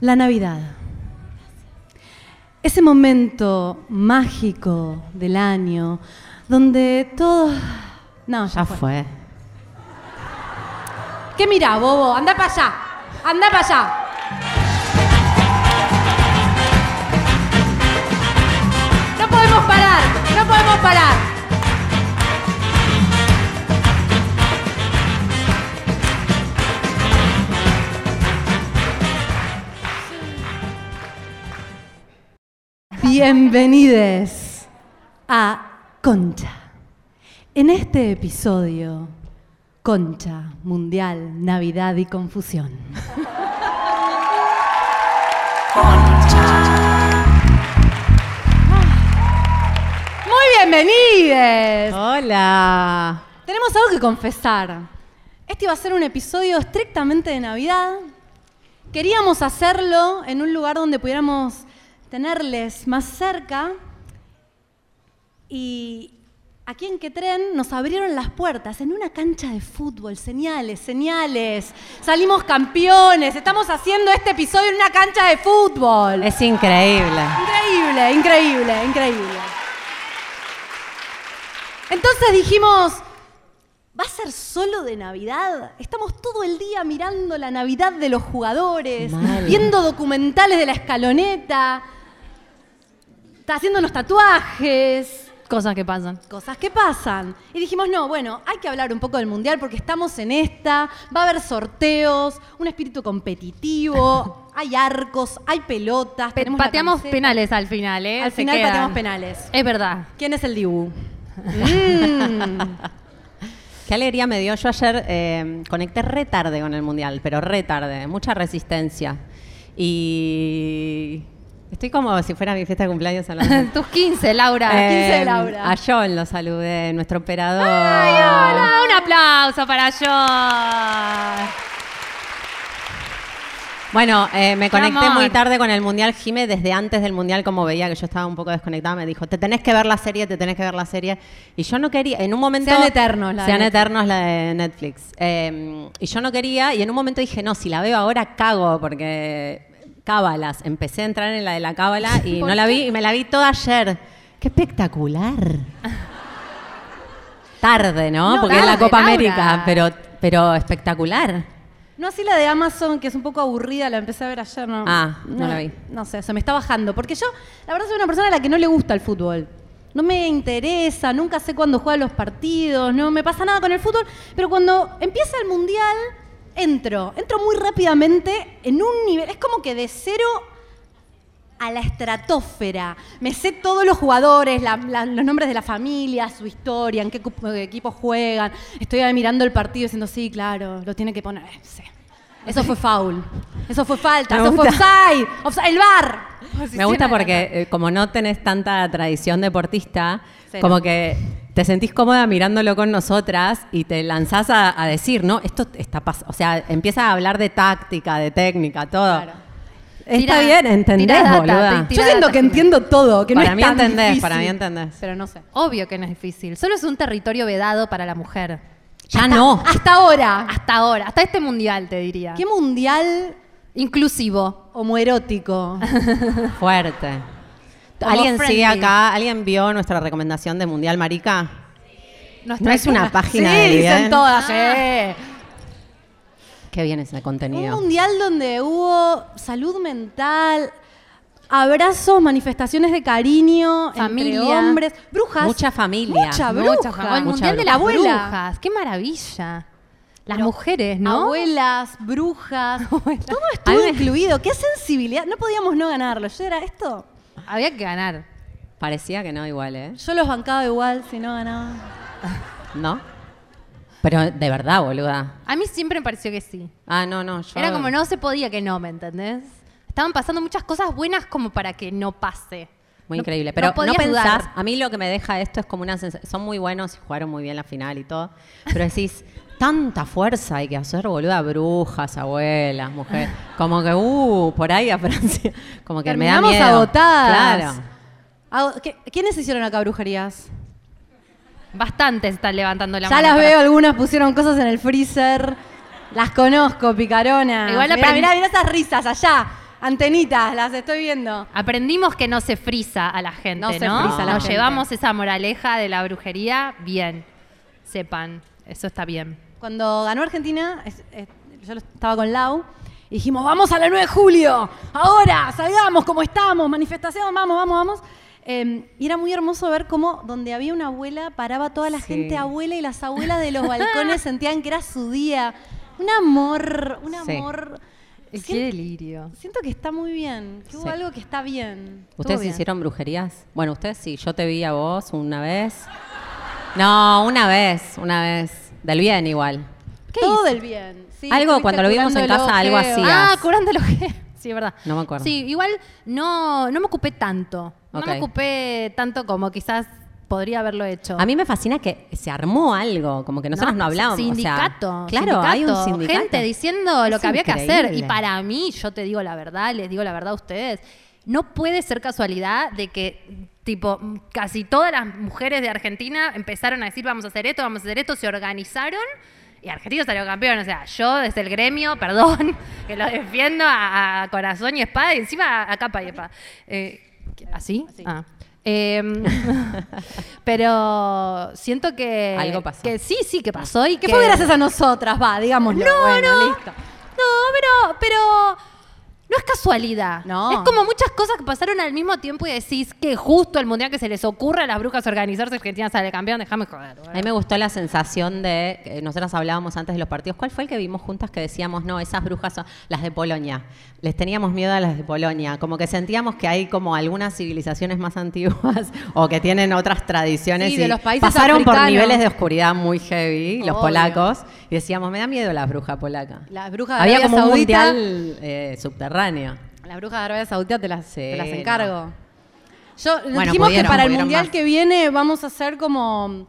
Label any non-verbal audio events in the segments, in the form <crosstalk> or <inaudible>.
La Navidad. Ese momento mágico del año donde todo... No, ya, Ya fue. fue. ¿Qué mira, bobo? Anda para allá. Anda para allá. No podemos parar. No podemos parar. Bienvenides a Concha. En este episodio, Concha, Mundial, Navidad y Confusión. Muy bienvenides. Hola. Tenemos algo que confesar. Este iba a ser un episodio estrictamente de Navidad. Queríamos hacerlo en un lugar donde pudiéramos tenerles más cerca. Y aquí en Quetren nos abrieron las puertas en una cancha de fútbol. Señales, señales. Salimos campeones. Estamos haciendo este episodio en una cancha de fútbol. Es increíble. Increíble, increíble, increíble. Entonces dijimos, ¿va a ser solo de Navidad? Estamos todo el día mirando la Navidad de los jugadores, Mal. viendo documentales de la escaloneta, está haciéndonos tatuajes. Cosas que pasan. Cosas que pasan. Y dijimos, no, bueno, hay que hablar un poco del Mundial porque estamos en esta, va a haber sorteos, un espíritu competitivo, <laughs> hay arcos, hay pelotas. Pe- tenemos la pateamos camiseta. penales al final, ¿eh? Al Se final quedan. pateamos penales. Es verdad. <laughs> ¿Quién es el Dibu? Mm. Qué alegría me dio. Yo ayer eh, conecté re tarde con el mundial, pero re tarde. Mucha resistencia. Y estoy como si fuera mi fiesta de cumpleaños a la Tus 15, Laura. 15 de Laura. Em, A John lo saludé, nuestro operador. ¡Ay, hola! Un aplauso para yo. Bueno, eh, me Qué conecté amor. muy tarde con el Mundial Jime, desde antes del Mundial, como veía que yo estaba un poco desconectada, me dijo, te tenés que ver la serie, te tenés que ver la serie. Y yo no quería, en un momento... Sean eternos la de Sean Netflix. eternos la de Netflix. Eh, y yo no quería, y en un momento dije, no, si la veo ahora cago, porque cábalas. Empecé a entrar en la de la cábala y no la vi, y me la vi toda ayer. ¡Qué espectacular! tarde, ¿no? No, porque es la tarde, Copa Laura. América, pero, pero espectacular. <laughs> No así la de Amazon, que es un poco aburrida, la empecé a ver ayer, ¿no? Ah, no la vi. No sé, se me está bajando. Porque yo, la verdad, soy una persona a la que no le gusta el fútbol. No me interesa, nunca sé cuándo juegan los partidos, no me pasa nada con el fútbol. Pero cuando empieza el mundial, entro. Entro muy rápidamente en un nivel. Es como que de cero a la estratosfera. Me sé todos los jugadores, la- la- los nombres de la familia, su historia, en qué cu- qué equipo juegan. Estoy ahí mirando el partido diciendo, sí, claro, lo tiene que poner. Eh, sí. Eso fue foul. Eso fue <laughs> falta. Me Eso fue gusta. offside. Offside. El bar. Me gusta porque eh, como no tenés tanta tradición deportista, Cero. como que te sentís cómoda mirándolo con nosotras y te lanzás a, a decir, ¿no? Esto está pas- o sea, empieza a hablar de táctica, de técnica, todo. Claro. Está Tira- bien, entendés, tira data, boluda. te- Yo siento que entiendo todo. para mí entendés, para mí entendés. Pero no sé. Obvio que no es difícil. Solo es un territorio vedado para la mujer. Ah, Ya Ah, no. Hasta ahora. Hasta ahora, hasta este mundial, te diría. ¿Qué mundial <laughs> Inclusivo. homoerótico? Fuerte. Como ¿Alguien sigue ah. friendly. acá? ¿Alguien vio nuestra recomendación de Mundial Marica? <laughs> No Nuestra es una altura. página sí, de dicen bien. todas. Ah. eh. Qué bien ese contenido. Un mundial donde hubo salud mental, abrazos, manifestaciones de cariño entre Familia. hombres, brujas. Mucha familia. Mucha Mucha bruja. fama. Mucha El mundial de bruja. las Abuela. brujas. Qué maravilla. Las Pero, mujeres, ¿no? Abuelas, <laughs> brujas, todo estuvo <laughs> incluido. Qué sensibilidad. No podíamos no ganarlo. Yo era esto. Había que ganar. Parecía que no igual, ¿eh? Yo los bancaba igual si no ganaba. ¿No? Pero de verdad, boluda. A mí siempre me pareció que sí. Ah, no, no. Yo... Era como no se podía que no, ¿me entendés? Estaban pasando muchas cosas buenas como para que no pase. Muy No- increíble. Pero no, podías pensás, dudar. a mí lo que me deja esto es como una sensación. Son muy buenos y jugaron muy bien la final y todo. Pero decís, tanta fuerza hay que hacer, boluda, brujas, abuelas, mujeres. Como que, uh, por ahí a Francia. Como que Terminamos me da miedo. agotadas. Claro. Ago- ¿Qué- ¿Quiénes hicieron acá brujerías? Bastantes están levantando la ya mano. las para- veo, algunas pusieron cosas en el freezer. Las conozco, picarona. Igual mirá, aprendí- mirá, mirá esas risas allá. Antenitas, las estoy viendo. Aprendimos que no se frisa a la gente, No ¿no? se frisa a la Nos gente. llevamos esa moraleja de la brujería bien. Sepan, eso está bien. Cuando ganó Argentina, es- es- yo lo- estaba con Lau y dijimos, vamos a la 9 de julio, ahora, salgamos como estamos, manifestación, vamos, vamos, vamos. Eh, y era muy hermoso ver cómo donde había una abuela paraba toda la Sí. gente abuela y las abuelas <laughs> de los balcones sentían que era su día. Un amor, un Sí. amor. Sien- Qué delirio. Siento que está muy bien, que hubo Sí. algo que está bien. Estuvo ¿Ustedes bien. hicieron brujerías? Bueno, ustedes sí. Yo te vi a vos una vez. No, una vez, una vez. Del bien igual. Todo del bien. sí, Algo estuviste cuando lo vimos en curando el casa, algo ojeo. así. Ah, Días. curando los que. <laughs> Sí, es verdad. No me acuerdo. Sí, igual no, no me ocupé tanto. No Ok. me ocupé tanto como quizás podría haberlo hecho. A mí me fascina que se armó algo, como que nosotros no, hablábamos. o sea, Sindicato. claro, hay un sindicato, sindicato. Gente diciendo lo Es que había que hacer. Y increíble. para mí, yo te digo la verdad, les digo la verdad a ustedes, no puede ser casualidad de que, tipo, casi todas las mujeres de Argentina empezaron a decir, vamos a hacer esto, vamos a hacer esto, se organizaron. Y Argentina salió campeón, o sea, yo desde el gremio, <laughs> perdón, que lo defiendo a, a corazón y espada, y encima a, a capa y espada. Eh, ¿Así? Ah. Em, <laughs> pero siento que... Algo pasó. que sí, sí, que pasó y Que que fue gracias a nosotras, va, digámoslo. No, Bueno, no. listo. No, pero, pero no es casualidad. No. Es como muchas cosas que pasaron al mismo tiempo y decís que justo el mundial que se les ocurre a las brujas organizarse Argentina sale campeón, déjame joder. boludo. A mí me gustó la sensación de, que nosotras hablábamos antes de los partidos, ¿cuál fue el que vimos juntas que decíamos, no, esas brujas son las de Polonia? Les teníamos miedo a las de Polonia, como que sentíamos que hay como algunas civilizaciones más antiguas <laughs> o que tienen otras tradiciones Sí, y de los países pasaron por africanos. niveles de oscuridad muy heavy, los Obvio. polacos, y decíamos, me da miedo las brujas polacas. Las brujas de Había Arabia como un Saudita. mundial eh, subterráneo. Las brujas de Arabia Saudita te las, Sí, te las encargo. Yo nos Bueno, dijimos que pudieron, para el pudieron mundial más. que viene vamos a hacer como.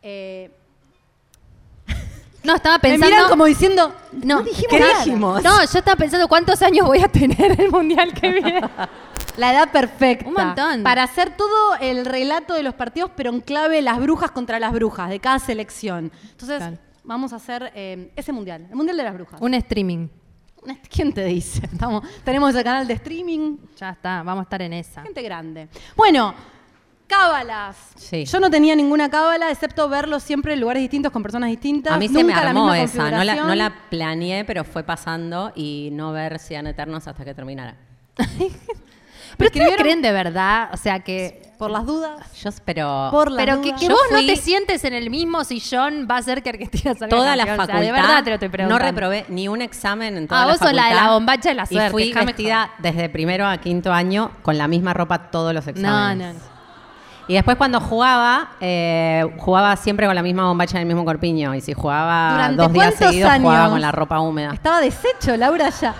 eh, No, estaba me pensando. miran como diciendo. no, dijimos ¿Qué nada. dijimos? No, yo estaba pensando cuántos años voy a tener el mundial que <laughs> viene. La edad perfecta. Un montón. Para hacer todo el relato de los partidos, pero en clave las brujas contra las brujas de cada selección. Entonces, Tal. vamos a hacer eh, ese mundial, el mundial de las brujas. Un streaming. <laughs> ¿Quién te dice? <laughs> Estamos, tenemos el canal de streaming. Ya está, vamos a estar en esa. Gente grande. Bueno, cábalas. Sí. Yo no tenía ninguna cábala, excepto verlo siempre en lugares distintos con personas distintas. A mí se me Nunca la armó misma esa, no la, configuración. no la planeé, pero fue pasando y no ver si eran eternos hasta que terminara. Pero ustedes escribieron- creen de verdad, o sea que. Por las dudas. Yo, pero Por las Pero que, dudas. que Yo vos no fui- te sientes en el mismo sillón, va a ser que Argentina salga toda la campeón. O facultad sea, de verdad te lo estoy no preguntando. reprobé ni un examen en toda Ah, la vos sos facultad. la de la bombacha de la Y suerte, fui déjame vestida desde primero a quinto año con la misma ropa todos los No, exámenes. no, no. Y después cuando jugaba, eh, jugaba siempre con la misma bombacha en el mismo corpiño. Y si jugaba ¿Durante dos días cuántos seguidos, jugaba años? con la ropa húmeda. Estaba deshecho, Laura ya.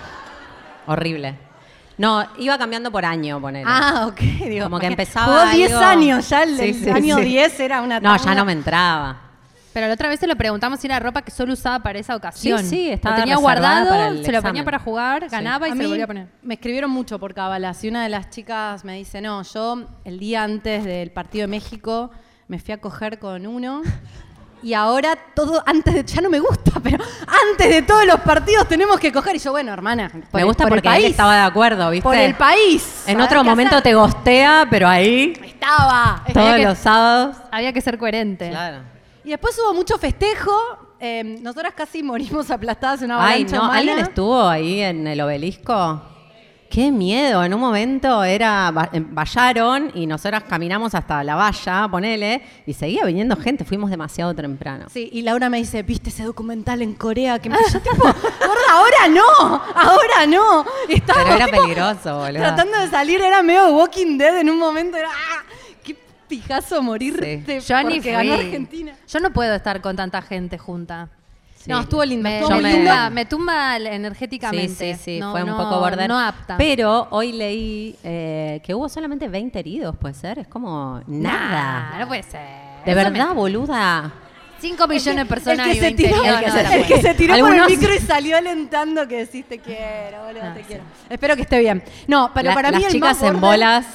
Horrible. No, iba cambiando por año, poner. Ah, ok. <laughs> Digo, Como que imagínate. empezaba Jugó 10 algo- años, ya el, Sí, el sí, año sí. 10 era una no, ya tanda. no me entraba. Pero la otra vez se lo preguntamos si era ropa que solo usaba para esa ocasión. Sí, sí, estaba Lo tenía reservada guardado, para el se lo ponía examen. para jugar, Sí. ganaba y A se lo mí volvía a poner. Me escribieron mucho por cábalas y una de las chicas me dice, no, yo el día antes del partido de México me fui a coger con uno y ahora todo, antes de, ya no me gusta, <laughs> pero antes de todos los partidos tenemos que coger. Y yo, bueno, hermana, por me el- gusta por el porque él país, estaba de acuerdo, ¿viste? Por el país. En A ver otro qué momento hacer. te gostea, pero ahí, Estaba. todos que- los sábados. Había que ser coherente. Y después hubo mucho festejo. eh, nosotras casi morimos aplastadas en una Ay, avalancha no, humana. ¿alguien estuvo ahí en el obelisco? Qué miedo, en un momento era, va- em, vallaron y nosotras caminamos hasta la valla, ponele, y seguía viniendo gente, fuimos demasiado temprano. Sí, <laughs> y Laura me dice, ¿viste ese documental en Corea? Que me yo tipo, gorda, ahora no, ahora no. Estaba Pero era peligroso, boludo. tratando de salir, era medio Walking Dead en un momento, era, "Ah, qué lastijazo morirte Yo ni porque ganó fui. Argentina. Yo no puedo estar con tanta gente junta. No, estuvo lindo. Me, estuvo yo muy me lindo. tumba, me tumba el- energéticamente. Sí, sí, sí, No, fue un no- poco border. No apta. Pero hoy leí eh, que hubo solamente 20 heridos, puede ser. Es como nada. Nah, no puede ser. De Eso verdad, boluda. 5 millones de personas el que, se viven tiró, interior, el que no se- la el que puedo. se tiró por Algunos- el micro y salió alentando que decís te quiero, boludo, Ah, te sí. quiero. Espero que esté bien. No, pero La- para mí las el chicas más border- en bolas.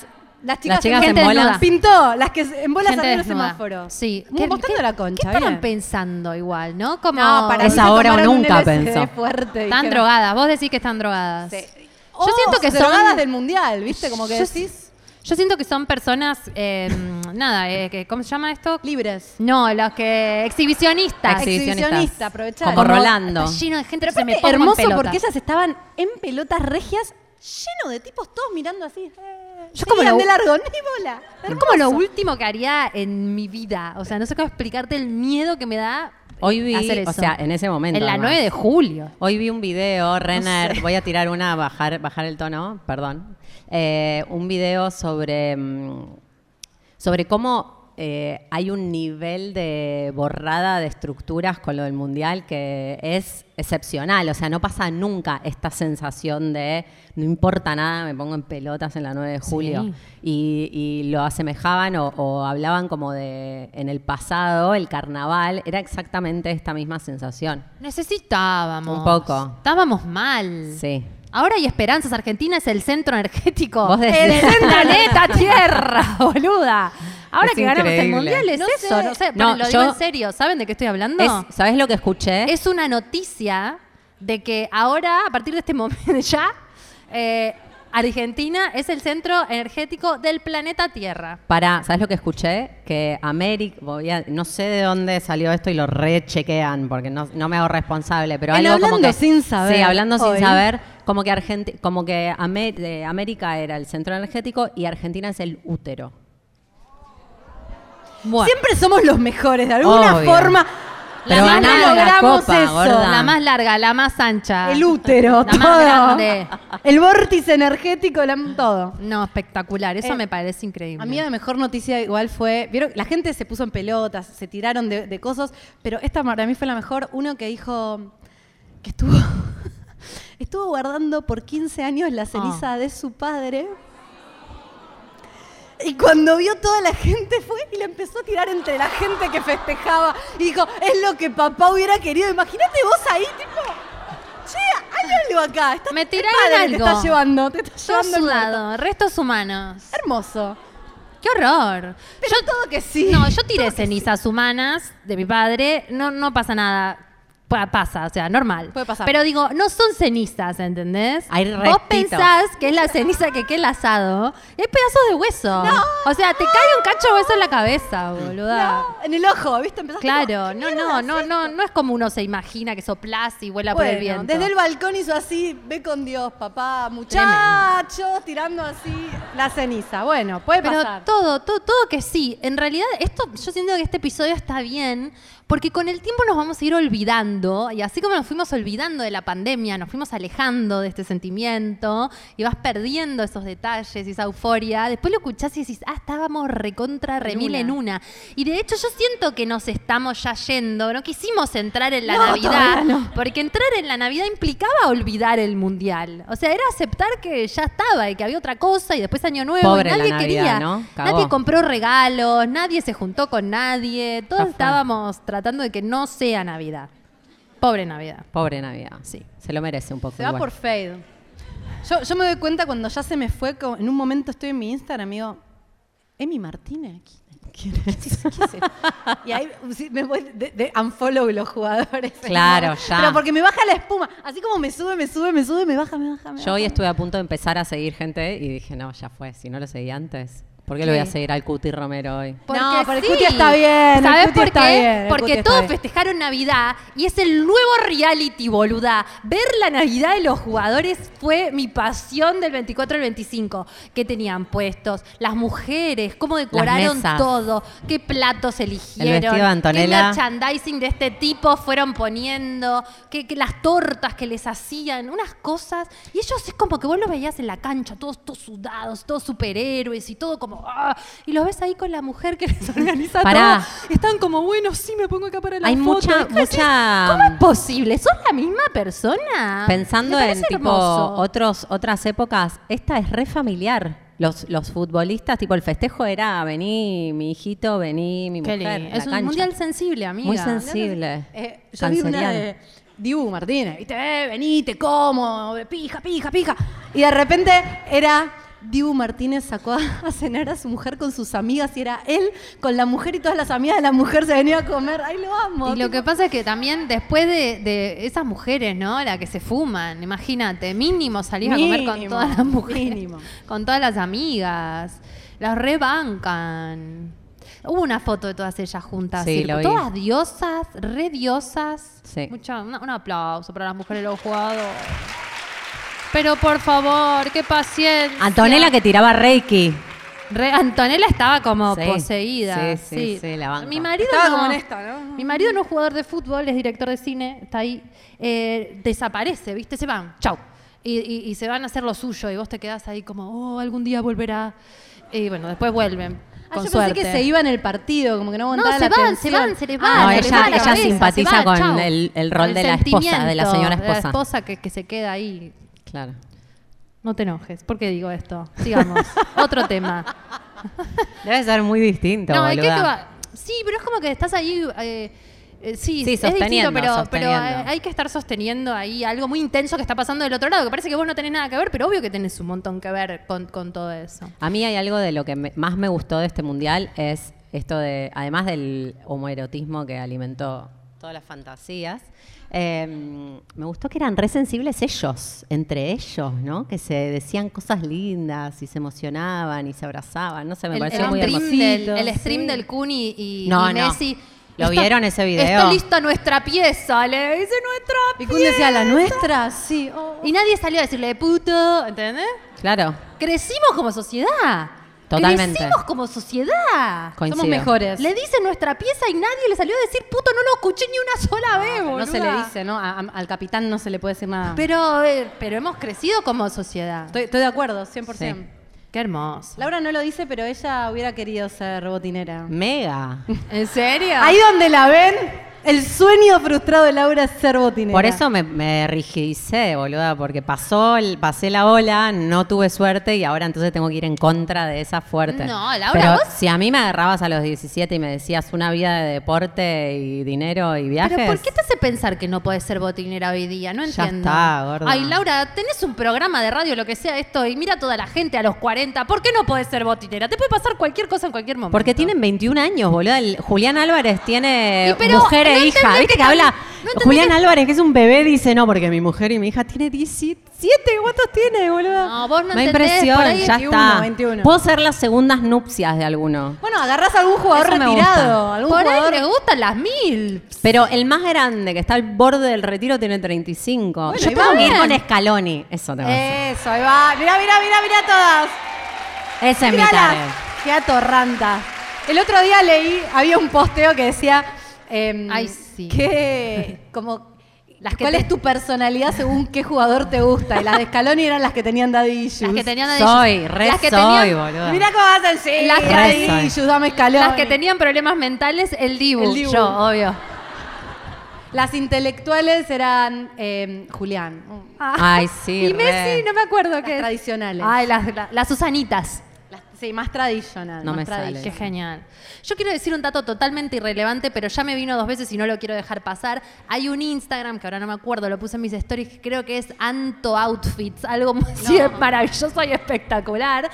Las chicas, las chicas en en bolas. bolas. Pintó, las que en bolas Gente salieron el desnuda. semáforo. Sí. Muy mostrando la concha, ¿Qué estarán bien. pensando igual, no? Como No, para Es mí se ahora o tomaron un nunca, LSD pensó. fuerte, están dijeron. drogadas. Vos decís que están drogadas. Sí. Yo siento que son drogadas son del mundial, ¿viste? Como que Yo- decís Yo siento que son personas, eh, nada, eh, que- ¿cómo se llama esto? libres. No, los que exhibicionistas. Exhi- Exhibicionista, Exhibicionistas. aprovechar. Como Como- Rolando. Está lleno de gente Pero se me aparte, pongo en hermoso pelotas. porque ellas estaban en pelotas regias, lleno de tipos todos mirando así. eh, Yo como seguían lo- de largo, ni bola. Es como lo último que haría en mi vida. O sea, no sé cómo explicarte el miedo que me da Hoy vi, hacer eso. o sea, en ese momento. En la además. 9 de julio. Hoy vi un video, Renner, voy a tirar una, bajar, bajar el tono, perdón. Eh, un video sobre, mm, sobre cómo eh, hay un nivel de borrada de estructuras con lo del mundial que es excepcional. O sea, no pasa nunca esta sensación de no importa nada, me pongo en pelotas en la 9 de julio. Y, y lo asemejaban o, o hablaban como de en el pasado, el carnaval, era exactamente esta misma sensación. Necesitábamos. Un poco. Estábamos mal. Sí. Ahora hay esperanzas. Argentina es el centro energético. Vos decís. El <laughs> del planeta Tierra, boluda. Ahora Es que ganamos el increíble. mundial es No eso. sé. No sé, No, pero lo digo yo- en serio. ¿Saben de qué estoy hablando? Es- ¿eh? ¿Sabes lo que escuché? es una noticia de que ahora, a partir de este momento <laughs> ya, eh, Argentina es el centro energético del planeta Tierra. Para, ¿sabes lo que escuché? Que América, voy a- no sé de dónde salió esto y lo rechequean, porque no, no me hago responsable, pero En algo como Hablando que. sin saber, Sí, hablando hoy. sin saber, como que Argenti- como que Amé- eh, América era el centro energético y Argentina es el útero. Bueno. Siempre somos los mejores, de alguna Obvio. forma. Pero siempre ganamos la logramos copa, gorda. La más larga, la más ancha. El útero, La más todo. grande. El vórtice energético, la- todo. No, espectacular. Eso Eh, me parece increíble. A mí la mejor noticia igual fue, vieron, la gente se puso en pelotas, se tiraron de, de cosas, pero esta para mí fue la mejor, uno que dijo que estuvo, <laughs> estuvo guardando por 15 años la Ah. ceniza de su padre. Y cuando vio toda la gente fue y la empezó a tirar entre la gente que festejaba y dijo, es lo que papá hubiera querido. Imagínate vos ahí, tipo, che, hay algo acá. Está, Me es tiraron padre que algo. Te está llevando, te está Todo llevando. el muerto. sudado, restos humanos. Hermoso. ¡Qué horror! Pero todo que sí. No, <laughs> yo tiré cenizas humanas de mi padre, no, no pasa nada. Pa- Pasa, o sea, normal. Puede pasar. Pero digo, no son cenizas, ¿entendés? Hay Vos restitos. pensás que es la ceniza que queda el asado. Y hay pedazos de hueso. o sea, te cae un cacho de hueso en la cabeza, boluda. No, en el ojo, ¿viste? Empezaste Claro, como, no, ¿qué no, mierda no, es no, no es como uno se imagina que soplás y vuela esto? por el Bueno, viento. desde el balcón hizo así, ve con Dios, papá, muchachos, tirando así la ceniza. Bueno, puede Pero pasar. todo, todo, todo que sí. En realidad, esto, yo siento que este episodio está bien, porque con el tiempo nos vamos a ir olvidando, y así como nos fuimos olvidando de la pandemia, nos fuimos alejando de este sentimiento, y vas perdiendo esos detalles y esa euforia, después lo escuchás y decís, ah, estábamos recontra remil en una. Y de hecho yo siento que nos estamos ya yendo, no quisimos entrar en la No, Navidad, todavía no. porque entrar en la Navidad implicaba olvidar el Mundial. O sea, era aceptar que ya estaba y que había otra cosa, y después Año Nuevo nuevo, Pobre la nadie Navidad, quería. ¿no? Cagó. Nadie compró regalos, nadie se juntó con nadie. Todos Ya fue. estábamos tratando de que no sea Navidad. Pobre Navidad. Pobre Navidad. Sí. Se lo merece un poco. se va igual. por fade. Yo, yo me doy cuenta cuando ya se me fue, como- en un momento estoy en mi Instagram, digo, Emi Martínez. ¿Quién <laughs> es? ¿Qué es- qué es esto? y ahí sí, me voy de, de unfollow los jugadores. Claro, ya. <laughs> Pero porque me baja la espuma. Así como me sube, me sube, me sube, me baja, me baja, me Yo hoy baja. estuve a punto de empezar a seguir gente y dije, no, ya fue, si no lo seguí antes. ¿Por qué lo voy a Sí. seguir al Cuti Romero hoy? No, pero el Cuti está bien, el ¿Sabés Cuti por está qué? bien, el Cuti Porque está todos bien. festejaron Navidad y es el nuevo reality, boluda. Ver la Navidad de los jugadores fue mi pasión del 24 al 25. ¿Qué tenían puestos? Las mujeres, cómo decoraron mesas. todo, qué platos eligieron, vestido de Antonella. qué merchandising de este tipo fueron poniendo, qué, qué- las tortas que les hacían, unas cosas. Y ellos es como que vos los veías en la cancha, todos, todos sudados, todos superhéroes y todo como como, ah, y los ves ahí con la mujer que les <laughs> organiza Pará. todo. Están como, bueno, sí, me pongo acá para la Hay foto. mucha- Y vos decís, mucha- um, ¿Cómo es posible? ¿Sos la misma persona? Pensando Ah, Me en parece tipo hermoso. otros, otras épocas, esta es re familiar. Los, los futbolistas, tipo el festejo era vení mi hijito, vení mi Qué mujer. a lindo. la Es un cancha. mundial sensible, amiga. Muy sensible. Eh, yo vi una Canceriano. de Dibu Martínez, ¿viste? Eh, vení, te como, pija, pija, pija. Y de repente era. Dibu Martínez sacó a, a <laughs> cenar a su mujer con sus amigas y era él con la mujer y todas las amigas de la mujer se venía a comer. Ahí lo amo. Y lo tipo, que pasa es que también después de, de esas mujeres, ¿no? Las que se fuman, imagínate, mínimo salís a comer con Mínimo, todas las mujeres, mínimo. <laughs> con todas las amigas, las rebancan. Hubo una foto de todas ellas juntas, Sí, circo, lo vi. todas diosas, re diosas. Sí. Mucha- una- un aplauso para las mujeres de los jugadores. Pero por favor, qué paciencia. Antonella que tiraba Reiki. Re- Antonella estaba como Sí, poseída. sí, sí, sí, la banco. Mi marido Estaba no, como en esta, ¿no? Mi marido no es jugador de fútbol, es director de cine, está ahí. Eh, desaparece, ¿viste? Se van, chau. Y, y- y se van a hacer lo suyo y vos te quedás ahí como, oh, algún día volverá. Y bueno, después vuelven. ah, con yo suerte. pensé que se iba en el partido, como que no No, aguantaba la se van, se tensión. van, se les Ah, va. No, se les ella- va la ella cabeza, se simpatiza va, con chau. el- el rol de la esposa, de la sentimiento, señora De la esposa. esposa que, que se queda ahí. Claro. No te enojes, ¿por qué digo esto? <laughs> Sigamos. Otro tema. Debe ser muy distinto. No, ¿de qué boluda. te va? Sí, pero es como que estás ahí. eh, eh, sí, Sí, es distinto, sosteniendo, pero, pero sosteniendo. hay, hay que estar sosteniendo ahí algo muy intenso que está pasando del otro lado, que parece que vos no tenés nada que ver, pero obvio que tenés un montón que ver con, con todo eso. A mí hay algo de lo que me- más me gustó de este mundial es esto de, además del homoerotismo que alimentó todas las fantasías, eh, me gustó que eran re sensibles ellos, entre ellos, ¿no? Que se decían cosas lindas y se emocionaban y se abrazaban, no sé, me el, pareció el muy stream hermosito. del, el stream del Cuni y, No, y no. Messi. ¿Lo vieron ese video? Está lista nuestra pieza, le dice nuestra Y pieza. Kun decía, ¿la nuestra? Sí. oh. Y nadie salió a decirle puto, ¿entendés? Claro, Crecimos como sociedad. Totalmente. Crecimos como sociedad. coincido. Somos mejores. Le dicen nuestra pieza y nadie le salió a decir puto, no lo escuché ni una sola vez, no boluda. se le dice, ¿no? A- a- al capitán no se le puede decir nada. Pero, eh, pero hemos crecido como sociedad. estoy, estoy de acuerdo, 100%. Qué hermoso. Laura no lo dice, pero ella hubiera querido ser botinera. Mega. <laughs> ¿En serio? Ahí donde la ven, el sueño frustrado de Laura es ser botinera. Por eso me, me rigidicé, boluda, porque pasó, el- pasé la ola, no tuve suerte y ahora entonces tengo que ir en contra de esa fuerte. No, Laura, Pero vos- si a mí me agarrabas a los 17 y me decías una vida de deporte y dinero y viajes... ¿Pero por qué te hace pensar que no podés ser botinera hoy día? No Ya entiendo. está, gorda. Ay, Laura, tenés un programa de radio, lo que sea esto, y mira a toda la gente a los 40. ¿Por qué no podés ser botinera? Te puede pasar cualquier cosa en cualquier momento. Porque tienen 21 años, boludo. Julián Álvarez tiene Y pero, mujer no e entendés hija. que ¿Viste que, también- habla? no entendés Julián que- Álvarez, que es un bebé, dice no, porque mi mujer y mi hija tiene 17. ¿Cuántos tiene, boludo? No, vos no Me entendés, por impresiona, ahí ya 21, está. 21. Puedo ser las segundas nupcias de alguno. Bueno, agarrás a algún jugador Eso me retirado. gusta. Algún Por ahí jugador... le gustan las mil. Pero el más grande, que está al borde del retiro, tiene 35. Bueno, Yo y tengo va que ir bien. con Scaloni. Eso te va Eh, a hacer. Eso, ahí va. Mirá, mirá, mirá, mirá todas. Esa es mi tarea. Míralas. Qué atorranta. El otro día leí, había un posteo que decía. eh, Ay, sí. Que, <laughs> como. Las que ¿Cuál te- es tu personalidad según qué jugador te gusta? Y las de Scaloni eran las que tenían daddy issues. Las que tenían Soy, re las que soy, tenían- boludo. Mirá cómo hacen, sí. Las Las que- que Re daddy soy. issues, dame Scaloni. Las que tenían problemas mentales, el Dibu. El Dibu. Yo, obvio. Las intelectuales eran eh, Julián. Ay, sí, Ah, Y re. Messi, no me acuerdo Las qué. es. tradicionales. Ay, las, la- las Susanitas. Las- sí, más tradicional. No más me sale. tradicional. Qué genial. Yo quiero decir un dato totalmente irrelevante, pero ya me vino dos veces y no lo quiero dejar pasar. Hay un Instagram, que ahora no me acuerdo, lo puse en mis stories, que creo que es Anto Outfits, algo así de maravilloso y espectacular,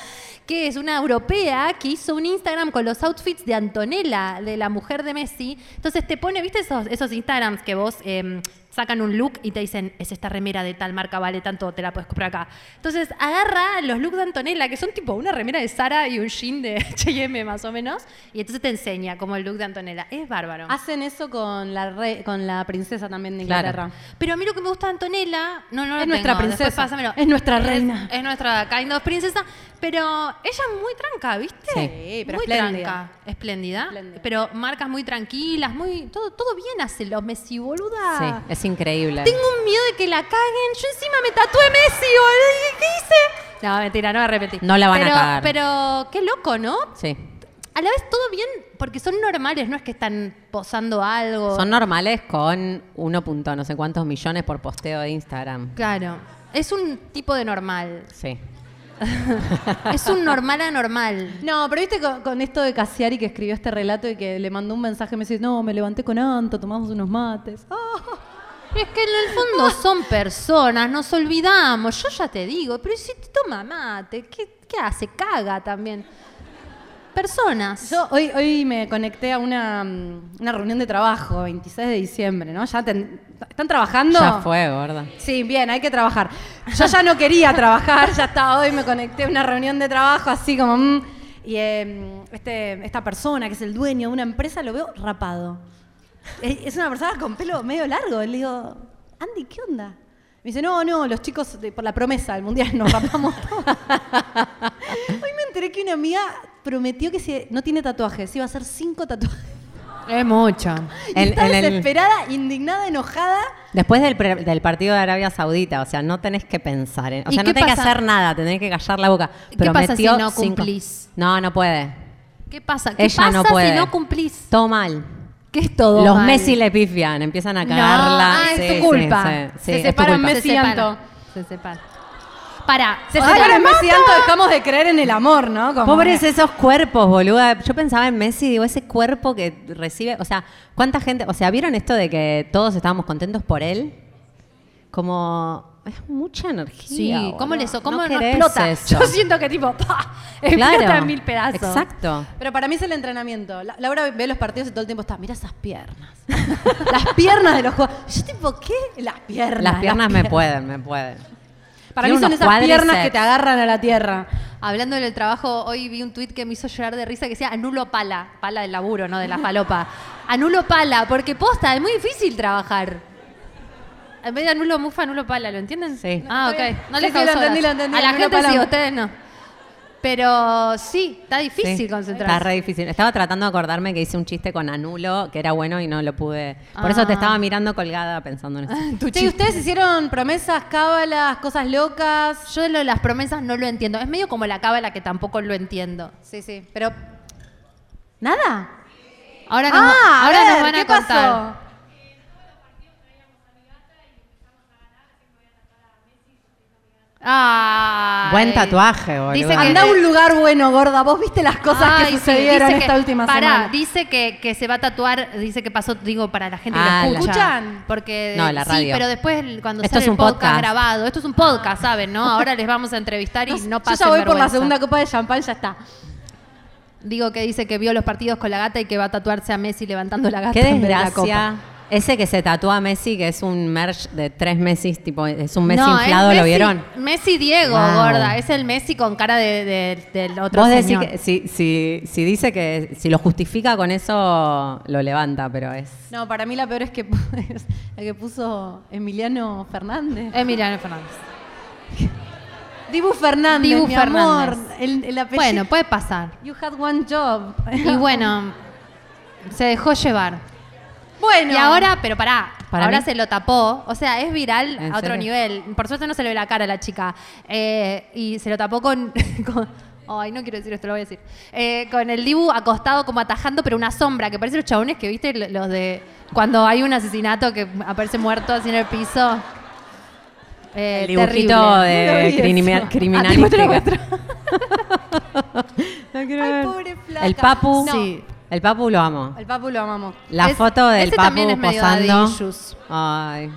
que es una europea que hizo un Instagram con los outfits de Antonella, de la mujer de Messi. Entonces te pone, ¿viste esos, esos Instagrams que vos... em, sacan un look y te dicen, es esta remera de tal marca, vale tanto, te la puedes comprar acá. Entonces agarra los looks de Antonella, que son tipo una remera de Sara y un jean de <laughs> H&M más o menos, y entonces te enseña como el look de Antonella. Es bárbaro. Hacen eso con la, re- con la princesa también de Claro. Inglaterra. Pero a mí lo que me gusta de Antonella, no, no lo Es nuestra tengo, después princesa. pásamelo. Es nuestra reina. Es, nuestra kind of princesa, pero ella es muy tranca, ¿viste? Sí, pero muy espléndida. tranca, espléndida, Espléndida. pero marcas muy tranquilas, muy todo todo bien hace los Messi boluda. Sí, es increíble. Tengo un miedo de que la caguen. Yo encima me tatué Messi, boludo. ¿Qué- ¿Qué hice? No, mentira, no me arrepentí. No la van a pero, cagar. Pero qué loco, ¿no? Sí. A la vez todo bien, porque son normales, no es que están posando algo. Son normales con 1. punto no sé cuántos millones por posteo de Instagram. Claro. Es un tipo de normal. Sí. es un <laughs> normal anormal. No, pero viste con, con esto de Cassiari que escribió este relato y que le mandó un mensaje, me dice, no, me levanté con Anto, tomamos unos mates. Ah. Es que en el fondo son personas, nos olvidamos. Yo ya te digo, pero si te toma mate, ¿qué, qué hace? Caga también. Personas. Yo hoy, hoy me conecté a una, mm, una reunión de trabajo, 26 de diciembre, ¿no? Ya ten- están trabajando. Ya fue, gorda. Sí, bien, hay que trabajar. Yo ya no quería trabajar, ya estaba hoy, me conecté a una reunión de trabajo así como... mm, y eh, este, esta persona que es el dueño de una empresa lo veo rapado. Es es una persona con pelo medio largo. Le digo, Andy, ¿qué onda? Me dice, no, no, los chicos, de- por la promesa del mundial nos rapamos todos. Hoy me enteré que una amiga prometió que si no tiene tatuajes, iba a hacer cinco tatuajes. Es mucho. Y En- está en el- desesperada, indignada, enojada. Después del, pre- del partido de Arabia Saudita, o sea, no tenés que pensar, en- o ¿Y sea, no qué tenés que pasa? hacer nada, tenés que callar la boca. ¿Qué pasa Prometió si no cinco- cumplís? No, no puede. ¿Qué pasa? ¿Qué Ella pasa no puede. si no cumplís? Todo mal. ¿Qué es todo? Los mal? Messi le pifian, empiezan a No, cagarla. ah, es Sí, tu sí, culpa. sí, sí, Se es tu separan culpa. Messi. Se separan. Anto. Se separan. Para. Se separan Messi y Anto, dejamos de creer en el amor, ¿no? Como Pobres que- esos cuerpos, boluda. Yo pensaba en Messi, digo, ese cuerpo que recibe, o sea, ¿cuánta gente, o sea, vieron esto de que todos estábamos contentos por él? Como es mucha Sí, energía. ¿cómo boluda. le so- cómo no, querés explota? eso. <laughs> Yo siento que tipo, pa, <laughs> explota Claro, en mil pedazos. Exacto. Pero para mí es el entrenamiento. La- Laura ve los partidos y todo el tiempo está, mira esas piernas. <laughs> las piernas de los jugadores. Yo tipo, ¿qué? Las piernas. Las piernas me pier- pueden, me pueden. Para Tiene mí son unos esas piernas que cuádriceps. te agarran a la tierra. Hablando del trabajo, hoy vi un tuit que me hizo llorar de risa que decía anulo pala, pala del laburo, no de la <laughs> falopa. Anulo pala, porque posta, es muy difícil trabajar. En vez de anulo mufa, anulo pala, ¿lo entienden? Sí. Ah, Está bien. ok. No Sí, les sí, lo causó entendí, gracia. lo entendí, A la anulo gente pala. sí, a ustedes no. Pero sí, está difícil Sí. Está concentrarse. re difícil. Estaba tratando de acordarme que hice un chiste con Anulo, que era bueno y no lo pude. Por Ah. eso te estaba mirando colgada pensando <laughs> en eso. Che, ¿y ustedes hicieron promesas, cábalas, cosas locas. Yo lo de las promesas no lo entiendo. Es medio como la cábala que tampoco lo entiendo. Sí, sí. Pero. ¿Nada? Ahora nos, Ah, a ahora ver, nos van a ¿qué contar. pasó? Ay. Buen tatuaje, boludo. Dice que- Andá a un lugar bueno, gorda. Vos viste las cosas Eh, Ay, que sí, sucedieron dice esta que- última pará, semana. dice que, que se va a tatuar, dice que pasó, digo, para la gente Ah, que lo la- escucha. ¿Escuchan? Porque, No, la Sí, radio. pero después el- cuando Esto sale es un el podcast, podcast. grabado. Esto es un podcast, ¿saben, no? Ahora les vamos a entrevistar y no pasa Yo ya voy por la segunda copa de champán, ya está. Digo que dice que vio los partidos con la gata y que va a tatuarse a Messi levantando la gata. Qué en vez de la copa. desgracia. Ese que se tatúa a Messi, que es un merch de tres Messi, tipo, es un Messi No, es inflado, ¿lo Messi- vieron? Messi Diego, Wow. gorda. Es el Messi con cara de, de- del otro Vos decís señor. que si, si, si dice que si lo justifica con eso, lo levanta, pero es. No, para mí la peor es que es <laughs> la que puso Emiliano Fernández. Emiliano Fernández. Dibu Fernández, Dibu mi Fernández. amor. El, el apellido. Bueno, puede pasar. You had one job. Y bueno, se dejó llevar. Bueno. Y ahora, pero pará, ¿Para ahora mí? se lo tapó. O sea, es viral ¿En a otro serio? nivel. Por suerte no se le ve la cara a la chica. Eh, y se lo tapó con, <laughs> con- Ay, no quiero decir esto, lo voy a decir. Eh, con el Dibu acostado como atajando, pero una sombra, que parece los chabones que viste, L- los de. Cuando hay un asesinato que aparece muerto así en el piso. Eh, El dibujito terrible. No lo vi de eso. criminal Ah, criminalística. te lo <laughs> muestro. <laughs> No quiero Ay, ver. pobre flaca. El Papu. No. Sí. El Papu lo amo. Al Papu lo amamos. La Es- foto del ese Papu también es medio daddy posando. issues. Ay.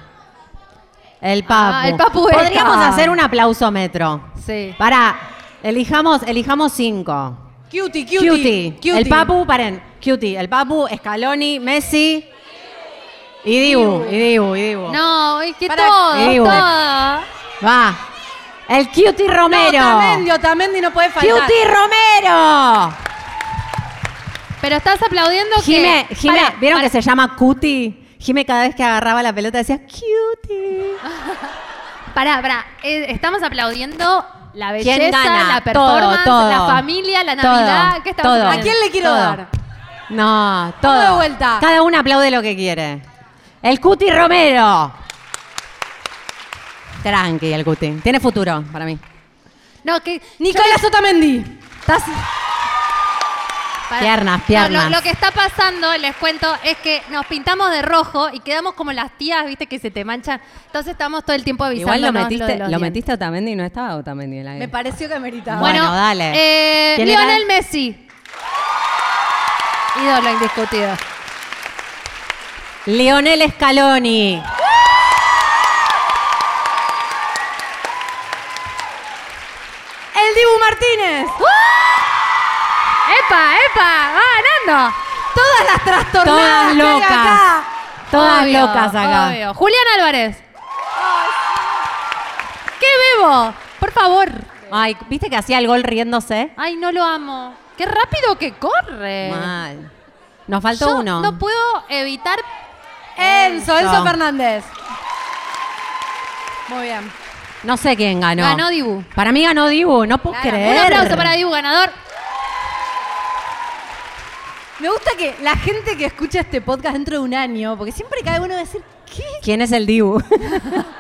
El Papu. Ah, el Papu está. Podríamos hacer un aplausómetro. Sí. Para, elijamos, elijamos cinco. Cutie, cutie. Cutie. El Papu, paren. Cutie. El Papu, Scaloni, Messi. Y Dibu. Y Dibu, y Dibu. No, es que Pará. todo, Dibu. todo. Va. El Cutie Romero. Otamendi, Otamendi no puede faltar. Cutie Romero. Pero estás aplaudiendo Jime, que. Jime, Pará, ¿vieron pará. que se llama Cutie? Jime cada vez que agarraba la pelota decía Cutie. Pará, pará. Eh, estamos aplaudiendo la belleza, ¿Quién gana? la performance, Todo, todo. la familia, la Todo, Navidad. ¿Qué estamos todo. ¿A aplaudiendo? quién le quiero Todo. dar? No, todo. Vamos de vuelta. Cada uno aplaude lo que quiere. El Cuti Romero. Tranqui, el Cuti. Tiene futuro para mí. No, que. Nicolás Otamendi. Estás- Pará. Piernas, No, piernas. lo, lo que está pasando, les cuento, es que nos pintamos de rojo y quedamos como las tías, viste, que se te manchan. Entonces estamos todo el tiempo avisando. Igual lo metiste, lo, metiste a Otamendi y no estaba Otamendi en la Me guerra. pareció que meritaba. Bueno, Bueno, dale. eh, ¿Quién era? Lionel Messi. Ídolo indiscutido. Leonel Scaloni. El Dibu Martínez. ¡Epa, epa! ¡Va ganando! Todas las trastornadas Todas que hay locas. acá. Todas Obvio, locas acá. obvio. Julián Álvarez. ¿Qué bebo? Por favor. Ay, ¿viste que hacía el gol riéndose? Ay, no lo amo. Qué rápido que corre. Mal. Nos faltó Eh, Yo uno. no puedo evitar Ah, Enzo, Enzo Enzo. Fernández. Muy bien. No sé quién ganó. Ganó Dibu. Para mí ganó Dibu, no puedo creer. Un aplauso para Dibu ganador. Me gusta que la gente que escucha este podcast dentro de un año, porque siempre cae uno a decir, ¿qué? ¿Quién es el Dibu? <laughs>